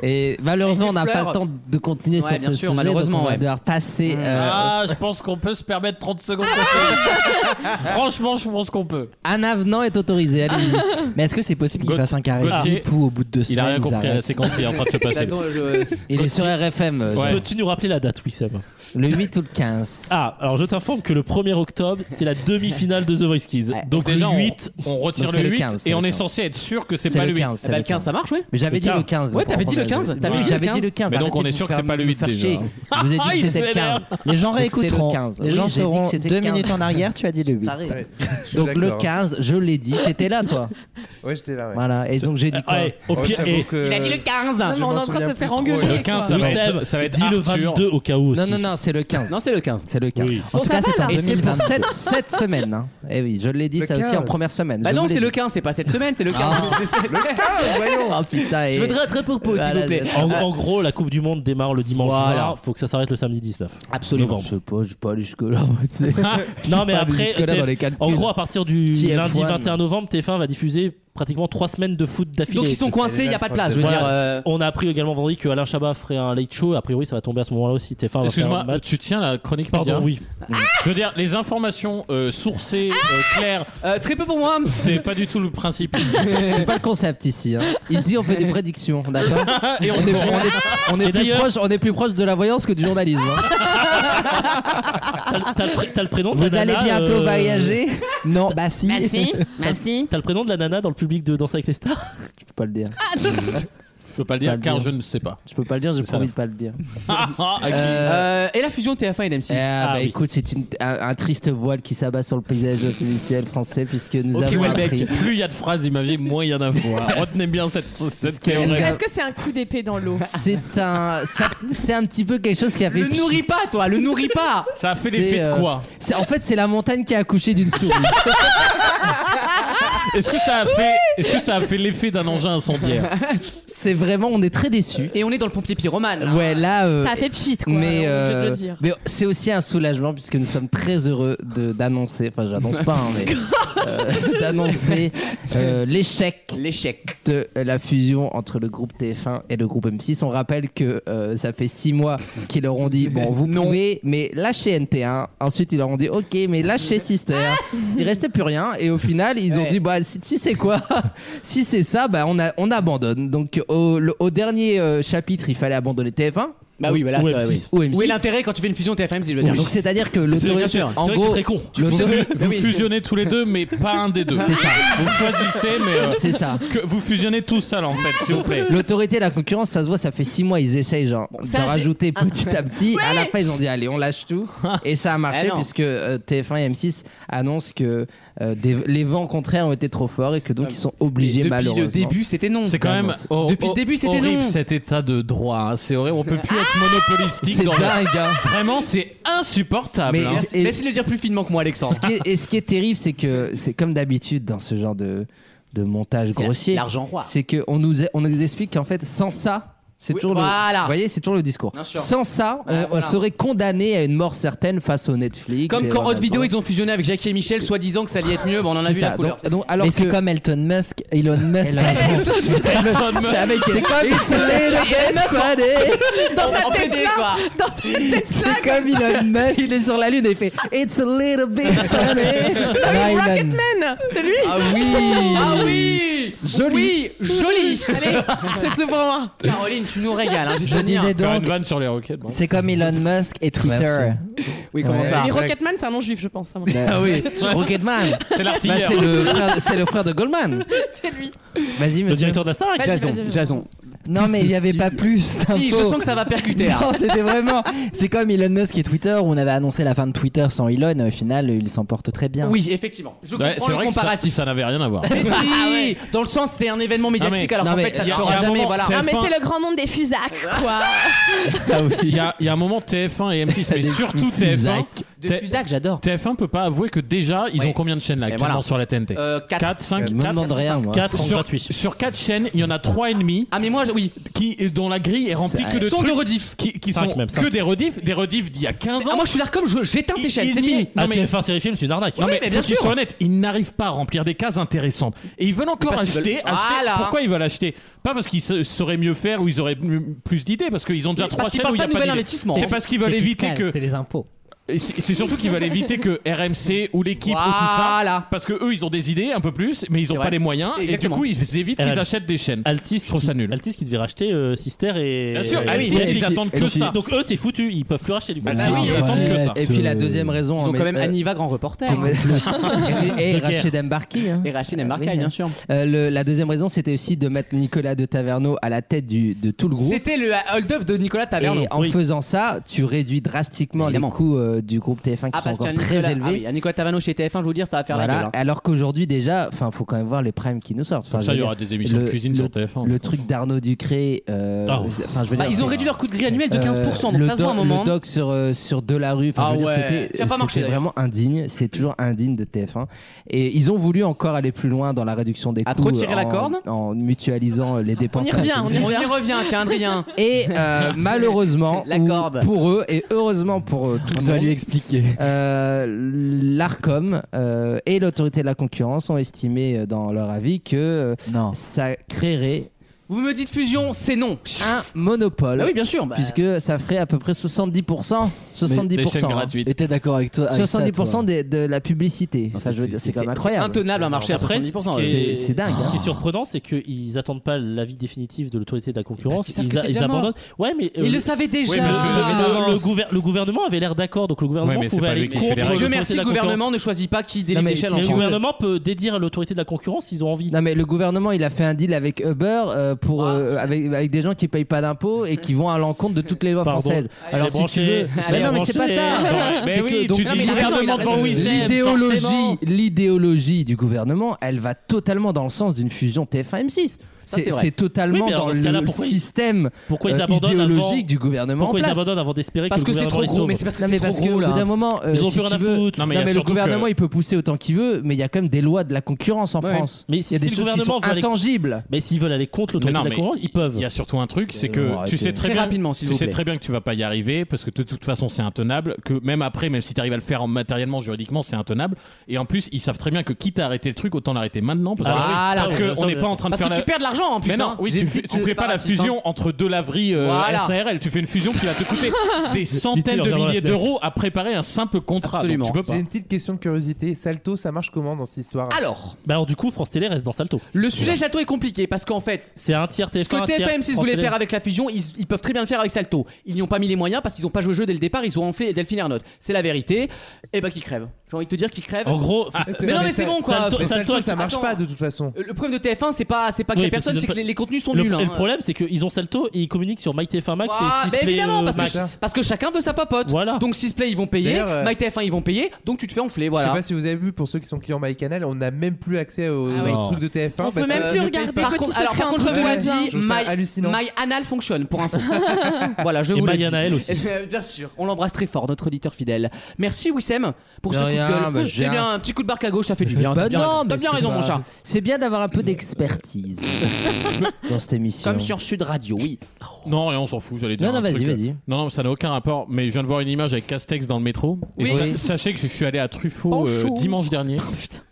S5: Et malheureusement,
S2: Avec
S5: on n'a
S2: des
S5: pas
S2: fleurs.
S5: le temps de continuer
S2: Ouais,
S5: sur
S2: bien
S5: ce
S2: sûr,
S5: sujet.
S2: malheureusement,
S5: donc on va
S2: ouais.
S5: devoir passer. euh,
S3: Ah, je pense qu'on peut se permettre 30 secondes. de pause. Franchement, je pense qu'on peut.
S5: Un avenant est autorisé. allez-y.
S6: Mais est-ce que c'est possible qu'il
S3: Gauthier-
S6: fasse un carré
S3: Gauthier-
S6: d'époux au bout de deux
S3: Il a
S6: semaines
S3: rien
S6: ils
S3: compris à la
S6: arrêtent
S3: séquence qui est en train de se
S2: De toute
S3: passer.
S2: façon, je- eh
S5: Il est sur RFM. euh,
S3: Ouais.
S8: Peux-tu nous rappeler la date, Wissem
S5: Le 8 ou le 15.
S8: Ah, alors je t'informe que le 1er octobre, c'est la demi-finale de The Voice Kids.
S5: Ouais.
S8: Donc
S3: Déjà,
S8: le
S3: on-
S8: 8,
S3: on retire
S5: Donc, c'est
S3: le
S5: le
S3: 8
S5: 15, c'est
S3: et
S5: le
S3: on est
S5: 15.
S3: censé être sûr que c'est
S5: C'est
S3: pas
S5: le
S3: le 8.
S5: 15, c'est Eh ben, le le 15, 15. ça marche, ouais. Mais j'avais dit le 15,
S2: Ouais, t'avais dit le 15. T'avais dit
S5: J'avais dit le 15.
S3: Mais donc on
S5: arrêtez
S3: est
S5: de
S3: sûr
S5: vous
S3: que c'est
S5: faire-
S3: pas le
S5: me
S3: 8
S5: faire
S3: déjà.
S5: chier. Je vous ai dit
S3: Ah,
S5: que
S3: il
S5: c'était le
S3: s'énerve.
S5: 15. Les gens réécouteront.
S6: Les gens seront deux minutes en arrière, tu as dit le 8.
S9: hein.
S5: Donc le
S6: d'accord.
S5: 15, je l'ai dit. T'étais là, toi
S9: Ouais, j'étais là. ouais.
S5: Voilà, et donc j'ai dit quoi
S9: Ouais, au Oh, pire- j'avoue et- que- Il a dit le 15.
S5: Je
S9: Non, mais on
S5: m'en
S9: est en train de
S5: souviens
S9: se faire
S5: plus trop,
S9: engueuler,
S5: et-
S9: Le 15, ça
S5: Oui,
S9: va
S5: Seb,
S9: être-
S5: ça va être
S9: dis le
S5: Arthur.
S9: 22 au cas où
S5: Non,
S9: aussi.
S5: non, non, c'est le 15.
S2: Non, c'est le 15.
S5: C'est le 15. En tout
S2: Bon, ça
S5: cas,
S2: va,
S5: c'est en
S2: là. Et c'est pour
S5: 2022.
S2: cette-
S5: cette semaine. hein. Eh oui, je l'ai dit,
S2: Le
S5: ça aussi en
S2: 15.
S5: première semaine.
S2: Bah
S5: Je
S2: non,
S5: vous l'ai
S2: c'est le
S5: dit.
S2: 15, c'est pas cette semaine, c'est le 15.
S5: Ah.
S2: voyons.
S5: Ah, putain. et-
S2: Je voudrais très propos, s'il
S5: Voilà,
S2: vous plaît.
S8: En,
S2: Euh,
S8: en gros, la Coupe du Monde démarre le dimanche
S5: Voilà.
S8: soir. Faut que ça s'arrête le samedi 19.
S5: Absolument.
S8: Novembre.
S5: Je sais pas, je vais pas aller jusque-là.
S8: non, mais après,
S5: jusque-là dans
S8: TF1
S5: les calculs.
S8: en gros, à partir du
S5: TF1,
S8: lundi
S5: non.
S8: 21 novembre, TF1 va diffuser pratiquement 3 semaines de foot d'affilée.
S2: Donc, ils sont coincés, y a pas de place, je veux
S8: Voilà,
S2: dire,
S8: c'est-
S2: euh,
S8: On a appris également vendredi que Alain Chabat ferait un late show. A priori, ça va tomber à ce moment-là aussi.
S4: Ah,
S8: TF1 va faire
S3: Excuse-moi,
S8: un match.
S3: tu tiens la chronique
S8: Pardon,
S3: média
S8: oui.
S3: Je veux dire, les informations euh, sourcées, euh, claires.
S2: très peu pour moi.
S3: C'est pas du tout le principe.
S5: C'est pas le concept ici. hein. Ici, on fait des prédictions, d'accord
S3: Et on se
S5: est,
S3: comprend.
S5: est- on
S8: Et
S5: est plus
S8: d'ailleurs-
S5: proche, on est plus proche de la voyance que du journalisme. hein.
S8: T'as le- T'as le, pré- t'as le prénom de
S6: Vous
S8: la
S6: allez
S8: nana,
S6: bientôt
S8: euh,
S6: voyager Non, bah si.
S8: T'as le prénom de la nana dans le public de Danse avec les stars
S5: Je peux pas le dire.
S3: Je peux pas le dire car je ne sais pas.
S5: Je peux pas le dire, j'ai
S3: C'est ça,
S5: promis
S3: la
S5: de pas le dire.
S3: Ah, Euh,
S2: euh, et la fusion TF1 et M6.
S5: Eh,
S3: Ah
S5: bah, écoute, c'est une- un, un triste voile qui s'abat sur le paysage audiovisuel français puisque nous
S3: Ok,
S5: avons
S3: Welbeck,
S5: appris.
S3: plus il y a de phrases imaginées, moins il y en a d'infos. hein. Retenez bien cette, cette
S5: que-
S3: théorie.
S5: Est-ce
S11: Est-ce que c'est un coup d'épée dans l'eau
S5: C'est un, ça- c'est un petit peu quelque chose qui a fait.
S2: Le nourris pas, toi, le nourris pas.
S3: Ça a fait
S5: C'est,
S3: l'effet de
S5: euh,
S3: quoi
S5: c'est- En fait, c'est la montagne qui a accouché d'une souris.
S3: Est-ce que ça a fait, est-ce que ça a fait l'effet d'un engin incendiaire
S5: c'est vraiment, on est très déçus.
S2: Et on est dans le pompier pyromane.
S3: Ah.
S2: là.
S5: Ouais, là. euh,
S11: Ça a fait pchit, quoi.
S5: Mais,
S11: on peut te
S5: euh,
S11: le dire.
S5: mais c'est aussi un soulagement puisque nous sommes très heureux de- d'annoncer, enfin j'annonce pas, hein, mais euh, d'annoncer euh, l'échec
S2: L'échec.
S5: de la fusion entre le groupe TF1 et le groupe M6. On rappelle que euh, ça fait six mois qu'ils leur ont dit bon vous pouvez, mais lâchez NT1. Ensuite ils leur ont dit ok, mais lâchez Sister. Il restait plus rien et au final ils ont
S2: Ouais.
S5: dit bah si, si c'est quoi, si c'est ça, bah on a- on abandonne. Donc au, le- au dernier euh, chapitre il fallait abandonner TF1.
S2: Bah oui, bah là,
S5: Ou
S2: ça,
S5: M6.
S2: oui.
S5: Ou M6.
S2: Où est l'intérêt quand tu fais une fusion TF1 M6, je veux dire.
S5: Donc c'est-à-dire que
S2: C'est bien
S5: l'autorité,
S2: sûr.
S5: en
S2: C'est vrai que
S5: gros,
S2: c'est très con.
S3: Vous,
S5: l'autorité-
S3: vous
S5: Oui.
S3: fusionnez tous les deux, mais pas un des deux.
S5: C'est ça.
S3: Vous choisissez, mais euh,
S5: C'est ça.
S3: que vous fusionnez tout seul en fait, s'il vous plaît.
S5: L'autorité et la concurrence, ça se voit, ça fait six mois, ils essayent genre
S2: ça,
S5: d'en
S2: j'ai-
S5: rajouter
S2: Ah.
S5: petit à petit. À la fin, ils ont dit allez, on lâche tout. Et ça a marché
S2: Ah non.
S5: puisque euh, TF1 et M6 annoncent que euh, des- les vents contraires ont été trop forts et que donc ils sont obligés
S2: Ah Depuis
S5: malheureusement.
S2: le début, c'était non.
S3: C'est quand
S5: Non,
S3: même
S5: non, c'est-
S3: hor-
S2: Depuis le
S3: hor-
S2: début, c'était
S3: horrible
S2: non.
S3: cet état de droit. hein. C'est horrible. On peut plus être monopolistique.
S5: Ah, C'est
S3: dans le-
S5: dingue, hein.
S3: Vraiment, c'est insupportable.
S5: Mais
S3: hein.
S5: c'est- Et-
S2: Laisse-le dire plus finement que moi, Alexandre.
S5: Ce qui est- et ce qui est terrible, c'est que c'est comme d'habitude dans ce genre de, de montage
S2: C'est
S5: grossier.
S2: l'argent roi.
S5: C'est qu'on nous, on nous explique qu'en fait, sans ça, c'est
S2: Oui,
S5: toujours
S2: voilà.
S5: le. Vous voyez, c'est toujours le discours.
S2: Bien sûr.
S5: Sans ça, on,
S2: Ah,
S5: on
S2: voilà.
S5: serait condamné à une mort certaine face au Netflix.
S2: Comme
S5: et
S2: quand
S5: voilà,
S2: Haute Vidéo,
S5: voilà.
S2: ils ont fusionné avec Jackie et Michel, soi-disant que ça allait être mieux, bon, on en a
S5: C'est
S2: vu
S5: ça.
S2: la couleur.
S5: Donc, donc, alors
S6: Mais
S5: que
S6: c'est comme Elton Musk, Elon Musk.
S5: Elon
S6: pardon.
S5: c'est avec
S6: C'est comme It's a little bit funny.
S11: Dans
S2: en- en
S11: sa
S2: PD,
S11: Tesla
S2: quoi.
S11: Dans sa Tesla
S6: C'est comme Elon Musk.
S5: il est sur la lune et il fait It's a little bit funny.
S6: Ah, Elon.
S11: Rocketman C'est lui
S2: Ah oui Ah oui Joli Oui, joli
S11: Allez, c'est ce pour moi
S2: Ah Caroline, tu nous régales, hein, j'ai
S6: Je
S2: te dit, hein.
S6: disais
S3: Faire une
S6: donc,
S3: vanne sur les roquettes. bon.
S6: c'est comme Elon Musk et Twitter.
S5: Merci.
S2: Oui, comment
S6: Ouais.
S2: ça
S11: Mais Rocketman, c'est un nom juif, je pense. à mon avis.
S5: Ah oui, Rocketman.
S3: C'est
S5: Bah,
S3: l'artilleur.
S5: c'est le, frère- c'est le frère de Goldman.
S11: C'est lui.
S5: Vas-y,
S8: Le
S5: monsieur.
S8: directeur de la Starac
S11: Vas-y, vas-y,
S2: Jason,
S11: vas-y.
S2: Jason.
S6: Non, mais il n'y avait pas plus. c'est
S2: Si,
S6: un
S2: je
S6: faux.
S2: sens que ça va percuter. hein.
S6: Non, c'était vraiment. C'est comme Elon Musk et Twitter où on avait annoncé la fin de Twitter sans Elon. Au final, il s'en porte très bien.
S2: Oui, effectivement. Je
S3: Ouais,
S2: comprends
S3: c'est
S2: le
S3: vrai que ça-
S2: comparatif.
S3: ça n'avait rien à voir.
S2: Mais si Dans le sens, c'est un événement médiatique,
S3: Ah mais-
S2: alors
S5: non,
S2: qu'en
S5: mais
S2: fait, ça
S5: il y
S2: ne
S5: a-
S2: t'aura
S3: il y a un
S2: jamais.
S3: moment,
S2: Voilà. Ah,
S3: c'est-
S11: Ah, mais c'est le grand monde des fusacs, quoi
S3: Il y, a- il y a un moment TF1 et M6, mais
S5: Des
S3: surtout TF1.
S5: fusacs.
S2: De
S3: T-
S2: Fusac, j'adore.
S3: TF1 peut pas avouer que déjà, ils
S2: Oui.
S3: ont combien de chaînes là
S2: Et
S3: actuellement
S2: voilà.
S3: sur la TNT
S2: 4.
S3: 4, 5,
S5: Je me demande rien, moi.
S8: 4 en
S3: Sur,
S8: gratuit.
S3: sur 4 chaînes, il y en a 3,5
S2: Ah, mais moi, je- oui.
S3: qui, dont la grille est remplie que de
S2: Sont de
S3: trucs
S2: rediff.
S3: qui, qui
S8: Cinq
S3: sont
S8: même,
S3: que
S8: cinq.
S3: des rediffs, des rediffs d'il y a 15 ans.
S2: Ah, moi, je suis là comme je- j'éteins ces
S3: Il-
S2: chaînes,
S3: il
S2: c'est
S3: n'y-
S2: fini.
S3: Non,
S8: Ah,
S3: mais-
S8: TF1 série film, c'est une arnaque.
S3: Non
S2: Oui,
S3: mais,
S2: mais
S3: bien
S2: bien
S3: qu'ils
S2: sûr.
S3: soient honnêtes, ils n'arrivent pas à remplir des cases intéressantes. Et ils veulent encore
S2: Parce qu'ils
S3: acheter,
S2: veulent-
S3: acheter.
S2: Voilà.
S3: Pourquoi ils veulent acheter Pas parce qu'ils sa- sauraient mieux faire ou ils auraient m- plus d'idées, parce qu'ils ont déjà
S2: Parce
S3: trois
S2: qu'ils
S3: chaînes
S2: partent
S3: où il y a
S2: pas de
S3: pas
S2: nouvel
S3: d'idées.
S2: investissement.
S3: C'est parce qu'ils veulent éviter que.
S4: les impôts.
S3: Et C'est c'est surtout qu'ils veulent éviter que RMC ou l'équipe ou tout ça,
S2: Voilà.
S3: parce que eux ils ont des idées un peu plus, mais ils ont
S8: C'est
S3: pas
S8: vrai.
S3: les moyens et du
S8: Exactement.
S3: coup ils évitent qu'ils
S8: RMC.
S3: achètent des chaînes.
S8: Altis, je trouve
S3: ça nul.
S8: Altis qui devait racheter euh, Sister et.
S3: Bien
S4: Eh
S3: sûr,
S4: Ah
S8: et-
S3: Altis,
S8: et-
S3: ils
S8: et-
S3: attendent que
S8: et-
S3: ça.
S8: Donc eux, c'est foutu, ils peuvent plus racheter du coup.
S5: Bah oui, et puis-
S2: euh,
S5: Et puis la deuxième raison.
S2: Ils ont
S5: hein,
S2: quand
S5: mais,
S2: même
S5: euh,
S2: Anniva grand reporter.
S5: et, et
S2: De guerre.
S5: Rachid Embarki. hein.
S2: Et Rachid Embarki,
S5: oui,
S2: Ah bien
S5: hein.
S2: sûr.
S5: Euh, le- la deuxième raison, c'était aussi de mettre Nicolas de Taverneau à la tête du, de tout le groupe.
S2: C'était le hold-up de Nicolas Ah, Taverneau.
S5: Et en faisant ça, tu réduis drastiquement les coûts euh, du groupe TF1 qui
S2: Ah,
S5: sont
S2: parce qu'un
S5: encore très
S2: Nicolas,
S5: élevés.
S2: ah oui, un Nicolas Taverneau chez TF1, je vous dire, ça va faire la
S5: Voilà.
S2: gueule. hein.
S5: Alors qu'aujourd'hui déjà, enfin, faut quand même voir les primes qui nous sortent. Enfin,
S3: Comme ça,
S5: je veux
S3: il y aura
S5: dire,
S3: des émissions de cuisine
S5: le,
S3: sur TF1.
S5: Le truc d'Arnaud Ducré. euh,
S3: Ah.
S5: enfin, je veux
S2: Bah,
S5: dire,
S2: ils ont
S5: c'est-
S2: réduit leur coût de grille annuel de
S5: euh,
S2: 15%, donc
S5: le
S2: ça se voit à un
S5: doc-
S2: moment.
S5: Le doc sur, euh, sur Delarue, enfin,
S2: Ah
S5: je veux dire,
S2: ouais.
S5: c'était
S2: Ça a pas marché,
S5: c'était
S2: d'ailleurs.
S5: vraiment indigne, c'est toujours indigne de TF1. Et ils ont voulu encore aller plus loin dans la réduction des
S2: À
S5: coûts.
S2: trop tirer la
S5: en-
S2: corde
S5: En mutualisant euh, les dépenses. à la télévision.
S2: On y revient, tiens, Adrien.
S5: Et euh, malheureusement,
S2: La
S5: ou
S2: corde.
S5: pour eux et heureusement pour euh, tout le monde,
S6: expliquer.
S5: euh, l'Arcom euh, et l'autorité de la concurrence ont estimé euh, dans leur avis que euh, ça créerait
S2: Vous me dites fusion, c'est non.
S5: un monopole.
S2: Bah oui, bien sûr, bah.
S5: Puisque ça ferait à peu près 70%. 70%. hein.
S6: Et t'es d'accord avec toi avec ça,
S5: 70%
S6: toi
S5: des- de, la publicité. Enfin, je veux dire, c'est quand même incroyable.
S6: hein.
S5: Ah,
S8: Après, ce qui est-
S5: C'est c'est dingue.
S8: Ce qui
S5: hein.
S8: est surprenant, c'est qu'ils attendent pas l'avis définitif de l'autorité de la concurrence.
S2: Parce qu'ils savent
S8: ils
S2: que
S8: a-
S2: c'est
S8: ils
S2: déjà mort.
S8: abandonnent. Ouais, mais
S2: Ils le savaient déjà.
S8: Oui, parce que
S2: Ah.
S8: le, le gouver- le gouvernement avait l'air d'accord, donc le gouvernement
S3: Ouais, mais c'est
S8: pouvait
S3: pas
S8: aller
S3: lui qui
S8: contre.
S3: fait les règles.
S8: l'autorité
S2: Dieu
S8: de la
S2: merci, le
S8: concurrence.
S2: gouvernement ne choisit pas qui
S5: Non,
S2: délie
S5: mais
S2: l'échelle
S5: si
S2: en
S8: Le
S5: le
S2: France.
S8: gouvernement peut dédire à l'autorité de la concurrence s'ils ont envie.
S5: Non mais le gouvernement il a fait un deal avec Uber euh, pour
S2: Ah.
S5: euh, avec, avec des gens qui payent pas d'impôts et qui vont à l'encontre de toutes les lois
S8: Pardon.
S5: françaises.
S8: Allez,
S5: Alors
S8: les
S5: si tu
S2: Ah,
S8: brancher.
S5: veux,
S8: Allez,
S5: mais
S8: les
S5: non mais c'est pas
S8: brancher.
S5: ça.
S8: Attends, mais
S5: C'est
S8: oui,
S5: que,
S8: tu
S5: donc,
S8: dis Non, mais il a raison, il a raison.
S5: l'idéologie,
S8: forcément.
S5: l'idéologie du gouvernement, elle va totalement dans le sens d'une fusion TF1-M6.
S2: Ça,
S5: C'est
S2: c'est vrai.
S5: c'est
S8: Oui,
S5: totalement
S8: mais alors,
S5: dans
S8: dans ce cas-là,
S5: le
S8: pourquoi ils-
S5: système
S8: pourquoi ils
S5: euh,
S8: abandonnent
S5: idéologique
S8: avant-
S5: du gouvernement
S8: Pourquoi
S5: en
S8: ils
S5: place.
S8: abandonnent avant d'espérer
S2: Parce
S8: que
S2: que
S8: le
S2: c'est
S8: gouvernement
S2: trop
S8: les
S2: gros,
S8: sauve
S2: mais c'est parce que
S5: Non,
S2: c'est
S5: mais
S2: trop
S5: parce que
S2: gros
S5: au bout
S2: là.
S5: d'un moment, euh,
S8: Ils ont
S5: si
S8: plus rien
S5: tu
S8: à
S5: veux,
S8: foutre.
S5: non
S3: Non, mais
S5: mais,
S3: il y a
S5: le
S3: surtout
S5: gouvernement
S3: que-
S5: il peut pousser autant qu'il veut, mais il y a quand même des lois de la concurrence en
S8: Ouais.
S5: France.
S8: Mais
S5: il y
S8: si-
S5: a des
S8: si le
S5: choses qui
S8: gouvernement
S5: sont
S8: veut aller-
S5: intangibles.
S8: Mais s'ils veulent aller contre
S3: Mais
S8: l'autorité
S3: non,
S8: de la
S3: mais
S8: concurrence, ils peuvent.
S3: Il y a surtout un truc, c'est que
S5: non, arrêtez.
S3: tu sais très
S2: Très
S3: bien,
S2: rapidement, s'il
S3: tu
S2: vous
S3: sais
S2: plaît.
S3: très bien que tu vas pas y arriver parce que de toute façon c'est intenable. Que même après, même si tu arrives à le faire en- matériellement, juridiquement, c'est intenable. Et en plus, ils savent très bien que quitte à arrêter le truc, autant l'arrêter maintenant parce,
S2: Ah
S3: que-
S2: oui, ça,
S3: parce
S8: oui, ça,
S3: que on n'est
S8: oui.
S3: pas en train de
S2: Parce
S3: faire.
S2: que
S3: la...
S2: tu perds de l'argent en plus.
S3: mais non,
S2: hein.
S3: oui,
S2: J'ai
S3: tu,
S2: fait-
S3: fais- tu fais pas la
S2: paratif, hein.
S3: fusion entre deux laveries euh,
S2: Voilà.
S3: SARL, tu fais une fusion qui va te coûter des centaines
S8: en
S3: de
S8: regardant la
S3: milliers
S8: fenêtre.
S3: d'euros à préparer un simple contrat.
S2: Absolument.
S3: Donc, tu peux pas.
S9: J'ai une petite question de curiosité. Salto, ça marche comment dans cette histoire
S2: Alors,
S8: Bah alors du coup, France Télé reste dans Salto.
S2: le sujet Salto est compliqué parce qu'en fait,
S8: C'est un tiers TF1.
S2: ce que
S8: un tiers
S2: TFM6
S8: France
S2: voulait
S8: Télé.
S2: faire avec la fusion, ils, ils peuvent très bien le faire avec Salto. Ils n'y ont pas mis les moyens parce qu'ils n'ont pas joué le jeu dès le départ, ils ont enflé Delphine Ernotte. C'est la vérité. Et bah, qui crève. J'ai envie de te dire qui crève.
S3: Oh.
S8: En gros, faut-
S9: c'est-
S2: Ah, mais non,
S9: ça-
S2: mais c'est bon quoi.
S8: Salto-
S9: Mais Salto,
S8: Salto,
S9: ça marche
S2: attends.
S9: pas de toute façon.
S2: Euh, Le problème de TF1, c'est pas, c'est pas qu'il y
S8: Oui,
S2: a
S8: parce
S2: personne,
S8: que
S2: c'est que les, les contenus sont
S8: le,
S2: nuls.
S8: le
S2: hein.
S8: problème, c'est qu'ils ont Salto et ils communiquent sur MyTF1 Max
S2: Ah,
S8: et
S2: bah,
S8: 6
S2: évidemment, parce
S8: Max.
S2: que, parce que chacun veut sa papote.
S8: Voilà.
S2: Donc 6play ils vont payer,
S9: D'ailleurs, euh,
S2: MyTF1 ils vont payer, donc tu te fais
S9: Je
S2: enfler,
S9: sais
S2: voilà.
S9: pas si vous avez vu, pour ceux qui sont clients MyCanal, on n'a même plus accès au
S2: Ah oui.
S9: au truc de TF1.
S11: On peut
S9: parce
S11: même
S9: que-
S11: plus
S9: Euh,
S11: regarder
S2: Par
S11: Petit
S2: contre,
S11: secret
S2: alors par contre, je
S11: entre
S2: vous
S9: voisins.
S2: l'ai dit,
S9: Je trouve ça
S2: my-
S9: hallucinant.
S2: my anal fonctionne pour info. voilà, je
S8: Et
S2: vous l'ai dit.
S8: Mayana, elle aussi.
S2: Bien sûr, on l'embrasse très fort, notre auditeur fidèle. Merci Wissem pour
S5: De
S2: ce coup de
S5: rien,
S2: gueule.
S5: bah, j'ai
S2: Eh bien, un petit coup de barque à gauche, ça fait du bien.
S5: Bah
S2: T'as bien
S5: non,
S2: raison.
S5: mais
S2: T'as bien
S5: c'est
S2: raison,
S5: pas-
S2: mon chat.
S5: C'est bien d'avoir un peu d'expertise dans cette émission.
S2: Comme sur Sud Radio, oui.
S3: Non, et on s'en fout, j'allais dire.
S5: Non, non,
S3: un
S5: vas-y,
S3: truc. euh,
S8: euh,
S5: vas-y.
S3: Non, non, ça n'a aucun rapport, mais je viens de voir une image avec Castex dans le métro. Et
S5: Oui.
S3: sa-
S5: Oui.
S3: Sachez que je suis allé à Truffaut euh,
S2: Bonjour.
S3: dimanche dernier.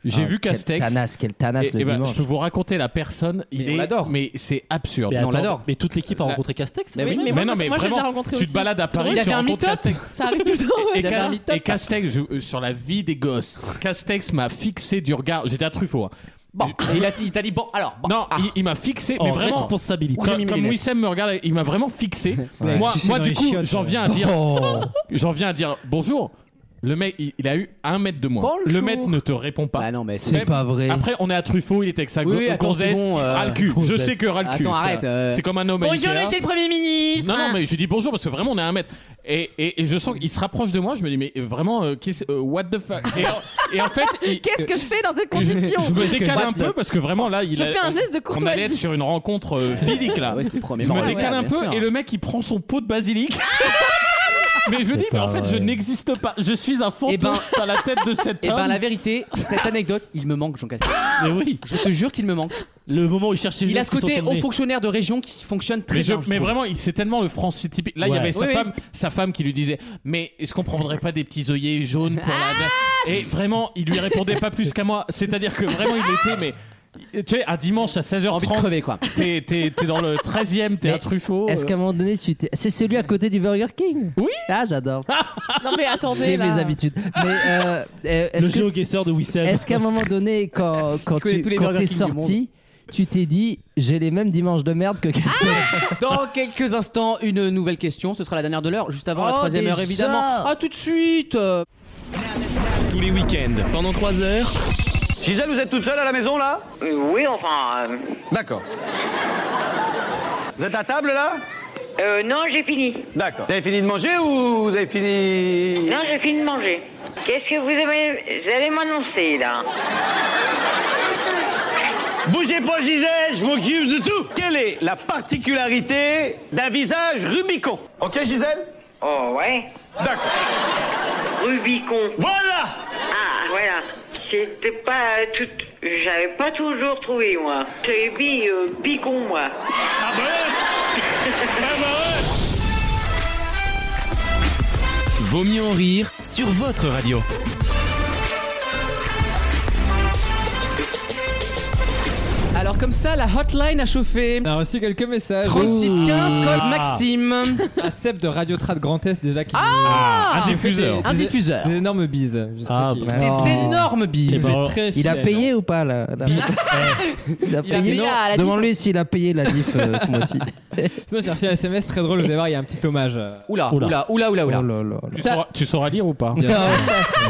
S3: J'ai
S5: Ah,
S3: vu
S5: quel
S3: Castex.
S5: Tanasse, quel tanasse
S3: Et-
S5: le
S3: et ben,
S5: dimanche.
S3: je peux vous raconter la personne, il
S2: Mais on
S3: est
S2: l'adore.
S3: mais c'est absurde.
S8: Mais
S2: on
S8: attends,
S2: l'adore.
S8: Mais toute l'équipe a
S3: La-
S8: rencontré Castex.
S2: Mais oui,
S8: quand même.
S11: moi,
S2: mais
S11: parce que moi, j'ai
S3: vraiment,
S11: déjà rencontré
S3: tu te
S11: aussi.
S3: balades à
S11: C'est
S3: Paris,
S2: drôle. Il
S3: tu
S2: avait un
S3: rencontres
S2: meet-up.
S3: Castex.
S11: Ça arrive tout le temps.
S3: Et,
S2: Il avait
S3: Ca-
S2: un meet-up.
S3: et Castex, je- euh, sur la vie des gosses, Castex m'a fixé du regard. J'étais à Truffaut. hein.
S2: Bon, et il a dit- il t'a dit, bon, alors, bon.
S3: Non,
S4: Ah.
S3: il, il m'a fixé,
S8: En
S4: Oh,
S3: mais vraiment.
S8: responsabilité.
S3: Comme, comme Wissem me regarde, il m'a vraiment fixé. Moi,
S4: Tu sais,
S3: moi
S4: dans
S3: du
S4: les
S3: coup,
S4: chiottes, euh. Oh.
S3: j'en
S4: ouais.
S3: viens à dire, j'en viens à dire bonjour. Le mec, il, il a eu un mètre de moi. Le
S2: Bonjour.
S3: mec ne te répond pas.
S2: Bah non, mais c'est-
S5: C'est pas vrai.
S3: Après, on est à Truffaut, il était avec sa
S2: Oui,
S3: go-
S2: oui, attends,
S3: gonzesse,
S2: c'est bon, euh,
S3: ras le cul. Je
S2: gonzesse.
S3: sais que ras le cul.
S2: Attends,
S3: ça.
S2: arrête, euh.
S3: C'est comme un homme.
S2: Bonjour, monsieur le Premier ministre.
S3: Non,
S11: Hein.
S3: non, mais je lui dis bonjour parce que vraiment, on est à un mètre. Et, et- et je sens qu'il se rapproche de moi. Je me dis, mais vraiment, euh, qu'est-ce- euh, what the fuck Et, en- et en fait, il-
S11: Qu'est-ce que je fais dans cette
S3: je,
S11: condition
S3: je me
S11: Je
S3: décale un peu parce que vraiment, là, il a-
S11: fais un geste de
S3: on allait être
S11: courtoisie.
S3: sur une rencontre euh, physique là.
S2: Ah ouais, c'est premier
S3: Je me
S2: moral.
S3: décale un
S2: Ouais,
S3: peu
S2: bien sûr.
S3: et le mec il prend son pot de basilic. Mais je dis, mais en fait, je n'existe pas. Je suis un fantôme
S2: Eh ben-
S3: dans la tête de cet
S2: Eh
S3: homme.
S2: ben, la vérité, cette anecdote, il me manque, Jean Castex.
S8: Mais oui.
S2: Je te jure qu'il me manque.
S8: Le moment où il cherchait.
S2: Il a ce côté haut fonctionnaire de région qui fonctionne très
S3: mais, je-
S2: bien. je
S3: mais
S2: trouve.
S3: vraiment, il- c'est tellement le français typique. Là, il y
S8: Ouais.
S3: avait sa
S2: Oui, oui.
S3: femme, sa femme qui lui disait, mais est-ce qu'on prendrait pas des petits
S5: Ah
S3: œillets jaunes pour la. Et vraiment, il lui répondait pas plus qu'à moi. C'est-à-dire que vraiment, il était, mais. Tu sais, un dimanche à 16h30.
S5: Envie de crever,
S2: quoi.
S3: T'es t'es- t'es dans le 13ème, t'es un Truffaut.
S5: Est-ce
S3: euh.
S5: qu'à un moment donné, tu t'es- c'est celui à côté du Burger King
S3: Oui.
S5: Ah, j'adore.
S11: Non mais attendez.
S5: J'ai
S11: là.
S5: mes habitudes. Mais euh, euh, est-ce
S8: Le
S5: que-
S8: géoguesseur de Wissem.
S5: Est-ce qu'à un moment donné, quand, quand
S2: connais
S5: tu
S2: tous les
S5: quand
S2: Burger
S5: t'es
S2: King du
S5: sorti, tu t'es dit j'ai les mêmes dimanches de merde que
S2: Dans quelques instants, une nouvelle question. Ce sera la dernière de l'heure, juste avant la
S5: Oh,
S2: troisième heure,
S5: déjà
S2: évidemment.
S5: Oh,
S2: À tout de suite.
S1: Tous les week-ends, pendant 3 heures.
S12: Gisèle, vous êtes toute seule à la maison là
S13: Euh,
S12: Oui, enfin. D'accord. Vous êtes à table là Euh, non, j'ai fini. D'accord. Vous avez fini de manger ou vous avez fini.
S13: Non, j'ai fini de manger. Qu'est-ce que vous, aimez- vous allez m'annoncer là
S12: Bougez pas, Gisèle, je m'occupe de tout. Quelle est la particularité d'un visage Rubicon Ok, Gisèle Oh, ouais. D'accord.
S13: Rubicon.
S12: Voilà
S13: Ah, voilà. C'était pas tout. J'avais pas toujours trouvé, moi. J'ai mis euh, Bicon, moi. Ah
S3: Ah bah
S13: bon
S1: Vaut mieux en rire sur votre radio.
S2: Alors comme ça, la hotline a chauffé.
S4: On a reçu quelques messages.
S2: 3615 code Maxime.
S4: Un cep de Radio Trad Grand Est déjà qui.
S2: Ah
S4: nous-
S2: Un diffuseur.
S4: Des-
S2: Un
S4: des-
S2: diffuseur.
S4: Des énormes bises. Je sais
S5: Ah,
S4: qui-
S5: bah, Des
S8: Oh.
S5: non. énormes bises.
S4: Il est très
S5: Il a
S4: fier.
S5: payé ou pas là là Il a
S4: Il a
S5: payé.
S4: payé à la diff.
S5: Demande-lui s'il a payé la diff euh, ce mois-ci.
S4: Sinon, j'ai reçu un SMS très drôle. Vous allez voir, il y a un petit hommage. euh.
S2: Oula, oula, oula, oula,
S5: Oh
S2: oula.
S3: Tu sauras- Tu sauras lire ou pas
S4: Bien sûr.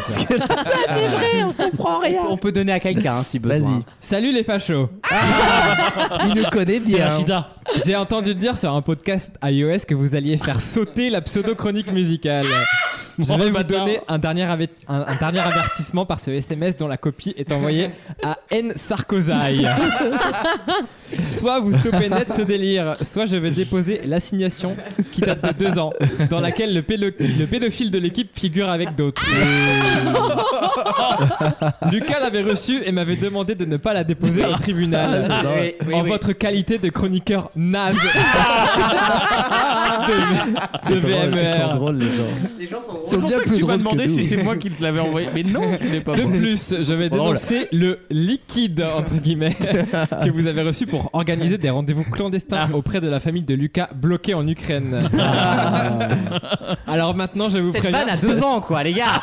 S2: C'est vrai, on comprend rien. On peut donner à quelqu'un hein, si besoin.
S4: Salut les fachos.
S5: Il nous connaît bien.
S4: J'ai entendu dire sur un podcast iOS que vous alliez faire sauter la pseudo-chronique musicale. Je vais vous donner un dernier, avi- un, un dernier avertissement par ce SMS dont la copie est envoyée à N. Sarkozy. Soit vous stoppez net ce délire, soit je vais déposer l'assignation qui date de deux ans, dans laquelle le, pélo- le pédophile de l'équipe figure avec d'autres. Lucas l'avait reçue et m'avait demandé de ne pas la déposer au tribunal
S2: Ah, oui, oui,
S4: en
S2: oui.
S4: votre qualité de chroniqueur naze
S2: Ah,
S4: de, de VMR.
S2: Les gens sont
S3: C'est pour
S4: bien
S3: ça que
S4: plus
S3: tu m'as
S4: drôles que
S3: demandé
S4: nous.
S3: si c'est moi qui te l'avais envoyé. Mais non, ce n'est pas
S4: De
S3: moi.
S4: plus, je vais
S3: Drôle.
S4: dénoncer le liquide entre guillemets que vous avez reçu pour organiser des rendez-vous
S3: Ah.
S4: clandestins auprès de la famille de Lucas bloquée en Ukraine.
S3: Ah.
S4: Alors maintenant, je vous
S2: Cette
S4: préviens.
S2: vanne a deux ans, quoi, les gars.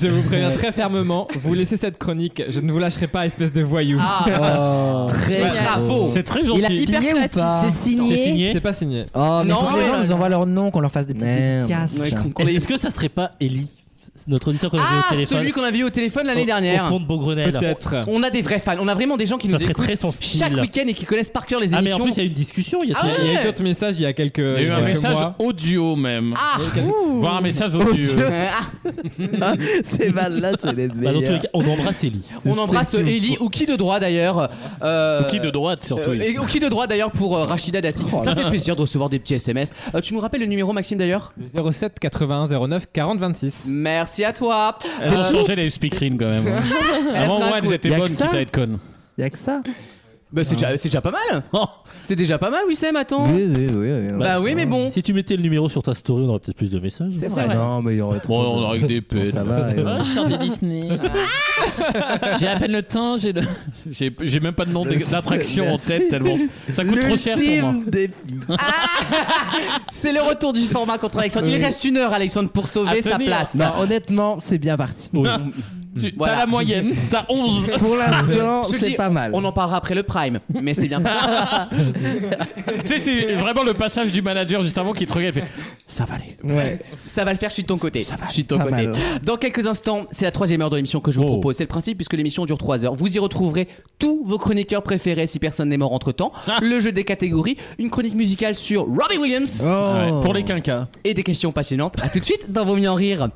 S4: Je vous préviens très fermement, vous laissez cette chronique, je ne vous lâcherai pas, espèce de voyou.
S5: Ah. Oh. Très
S4: Ouais.
S5: bravo. C'est très gentil. Il a hyper Signé ou créatif. pas
S4: C'est
S5: C'est signé
S4: signé C'est pas signé.
S6: Oh, mais
S4: Non,
S6: faut que les
S4: mais-
S6: gens nous envoient leur nom, qu'on leur fasse des petites dédicaces.
S8: Est-ce que ça serait pas Ellie Notre auditeur qu'on a vu
S2: Ah,
S8: au téléphone.
S2: celui qu'on avait eu au téléphone l'année
S8: Au-
S2: dernière.
S3: Ah
S8: au pont de Beaugrenelle. Peut-être.
S2: On a des vrais fans. On a vraiment des gens qui
S8: Ça
S2: nous
S8: serait
S2: écoutent
S8: très son style.
S2: chaque week-end et qui connaissent par cœur les
S8: Ah, mais
S2: émissions.
S8: en plus, il y a eu une discussion. Il y a
S2: Ah
S4: Il y a eu
S2: ouais.
S4: d'autres messages il y a quelques,
S3: Il y a eu un
S4: quelques
S3: message
S4: mois.
S3: audio même.
S2: Ah
S3: Voir un message audio.
S8: Bah,
S5: Ces balles-là, c'est des
S3: Bah, dans tous
S2: euh,
S3: les
S5: meilleurs.
S3: cas, on embrasse Ellie.
S2: On embrasse Ellie ou qui de droit d'ailleurs. Euh,
S3: Ou qui de droite, surtout, ici.
S2: et ou qui de droit d'ailleurs pour euh, Rachida Dati. Ça fait plaisir de recevoir des petits SMS. Euh, tu nous rappelles le numéro Maxime d'ailleurs
S4: 07 81 09 40 26.
S2: Merci à toi.
S3: Elles ont
S2: tout.
S3: changé les speakerines quand même. hein. Avant,
S2: Après un
S3: ouais,
S2: coup.
S3: elles étaient
S2: Y a que
S3: bonnes, quitte
S2: ça
S3: à être connes.
S5: Y'a que ça.
S2: Bah, c'est déjà, c'est déjà pas mal.
S3: Oh.
S2: C'est déjà pas mal, Wissem, attends.
S5: Oui, oui, oui. oui.
S2: Bah oui, mais bon.
S8: Si tu mettais le numéro sur ta story, on aurait peut-être plus de messages.
S2: C'est vrai.
S5: Non, mais il y aurait trop.
S3: on aurait que des pets.
S5: Ça va. et voilà.
S2: Ah, Disney.
S3: J'ai à peine le temps, j'ai le- j'ai j'ai même pas de nom d'ex- d'attraction en tête tellement ça coûte trop cher pour moi.
S5: L'ultime défi.
S2: C'est le retour du format contre Alexandre. Il
S5: Oui.
S2: reste une heure, Alexandre, pour sauver
S5: À
S2: sa
S5: tenir. Bah.
S2: place.
S5: Non, honnêtement, c'est bien parti.
S3: Tu-
S2: Voilà.
S3: T'as la moyenne, t'as 11.
S5: Pour l'instant,
S2: Je
S5: c'est
S2: dis,
S5: pas mal.
S2: On en parlera après le prime, mais c'est bien.
S3: tu sais, c'est vraiment le passage du manager juste avant qui te regarde et fait Ça va aller.
S5: Ouais.
S2: Ça va le faire, je suis de ton côté. Ça va, je suis de ton
S5: Pas
S2: côté.
S5: mal.
S2: Dans quelques instants, c'est la troisième heure de l'émission que je vous propose. C'est le principe puisque l'émission dure 3 heures. Vous y retrouverez tous vos chroniqueurs préférés si personne n'est mort entre temps. le jeu des catégories, une chronique musicale sur Robbie Williams
S5: Oh.
S3: Ouais, pour les quinquas.
S2: et des questions passionnantes. À tout de suite dans Vos Mieux en Rire.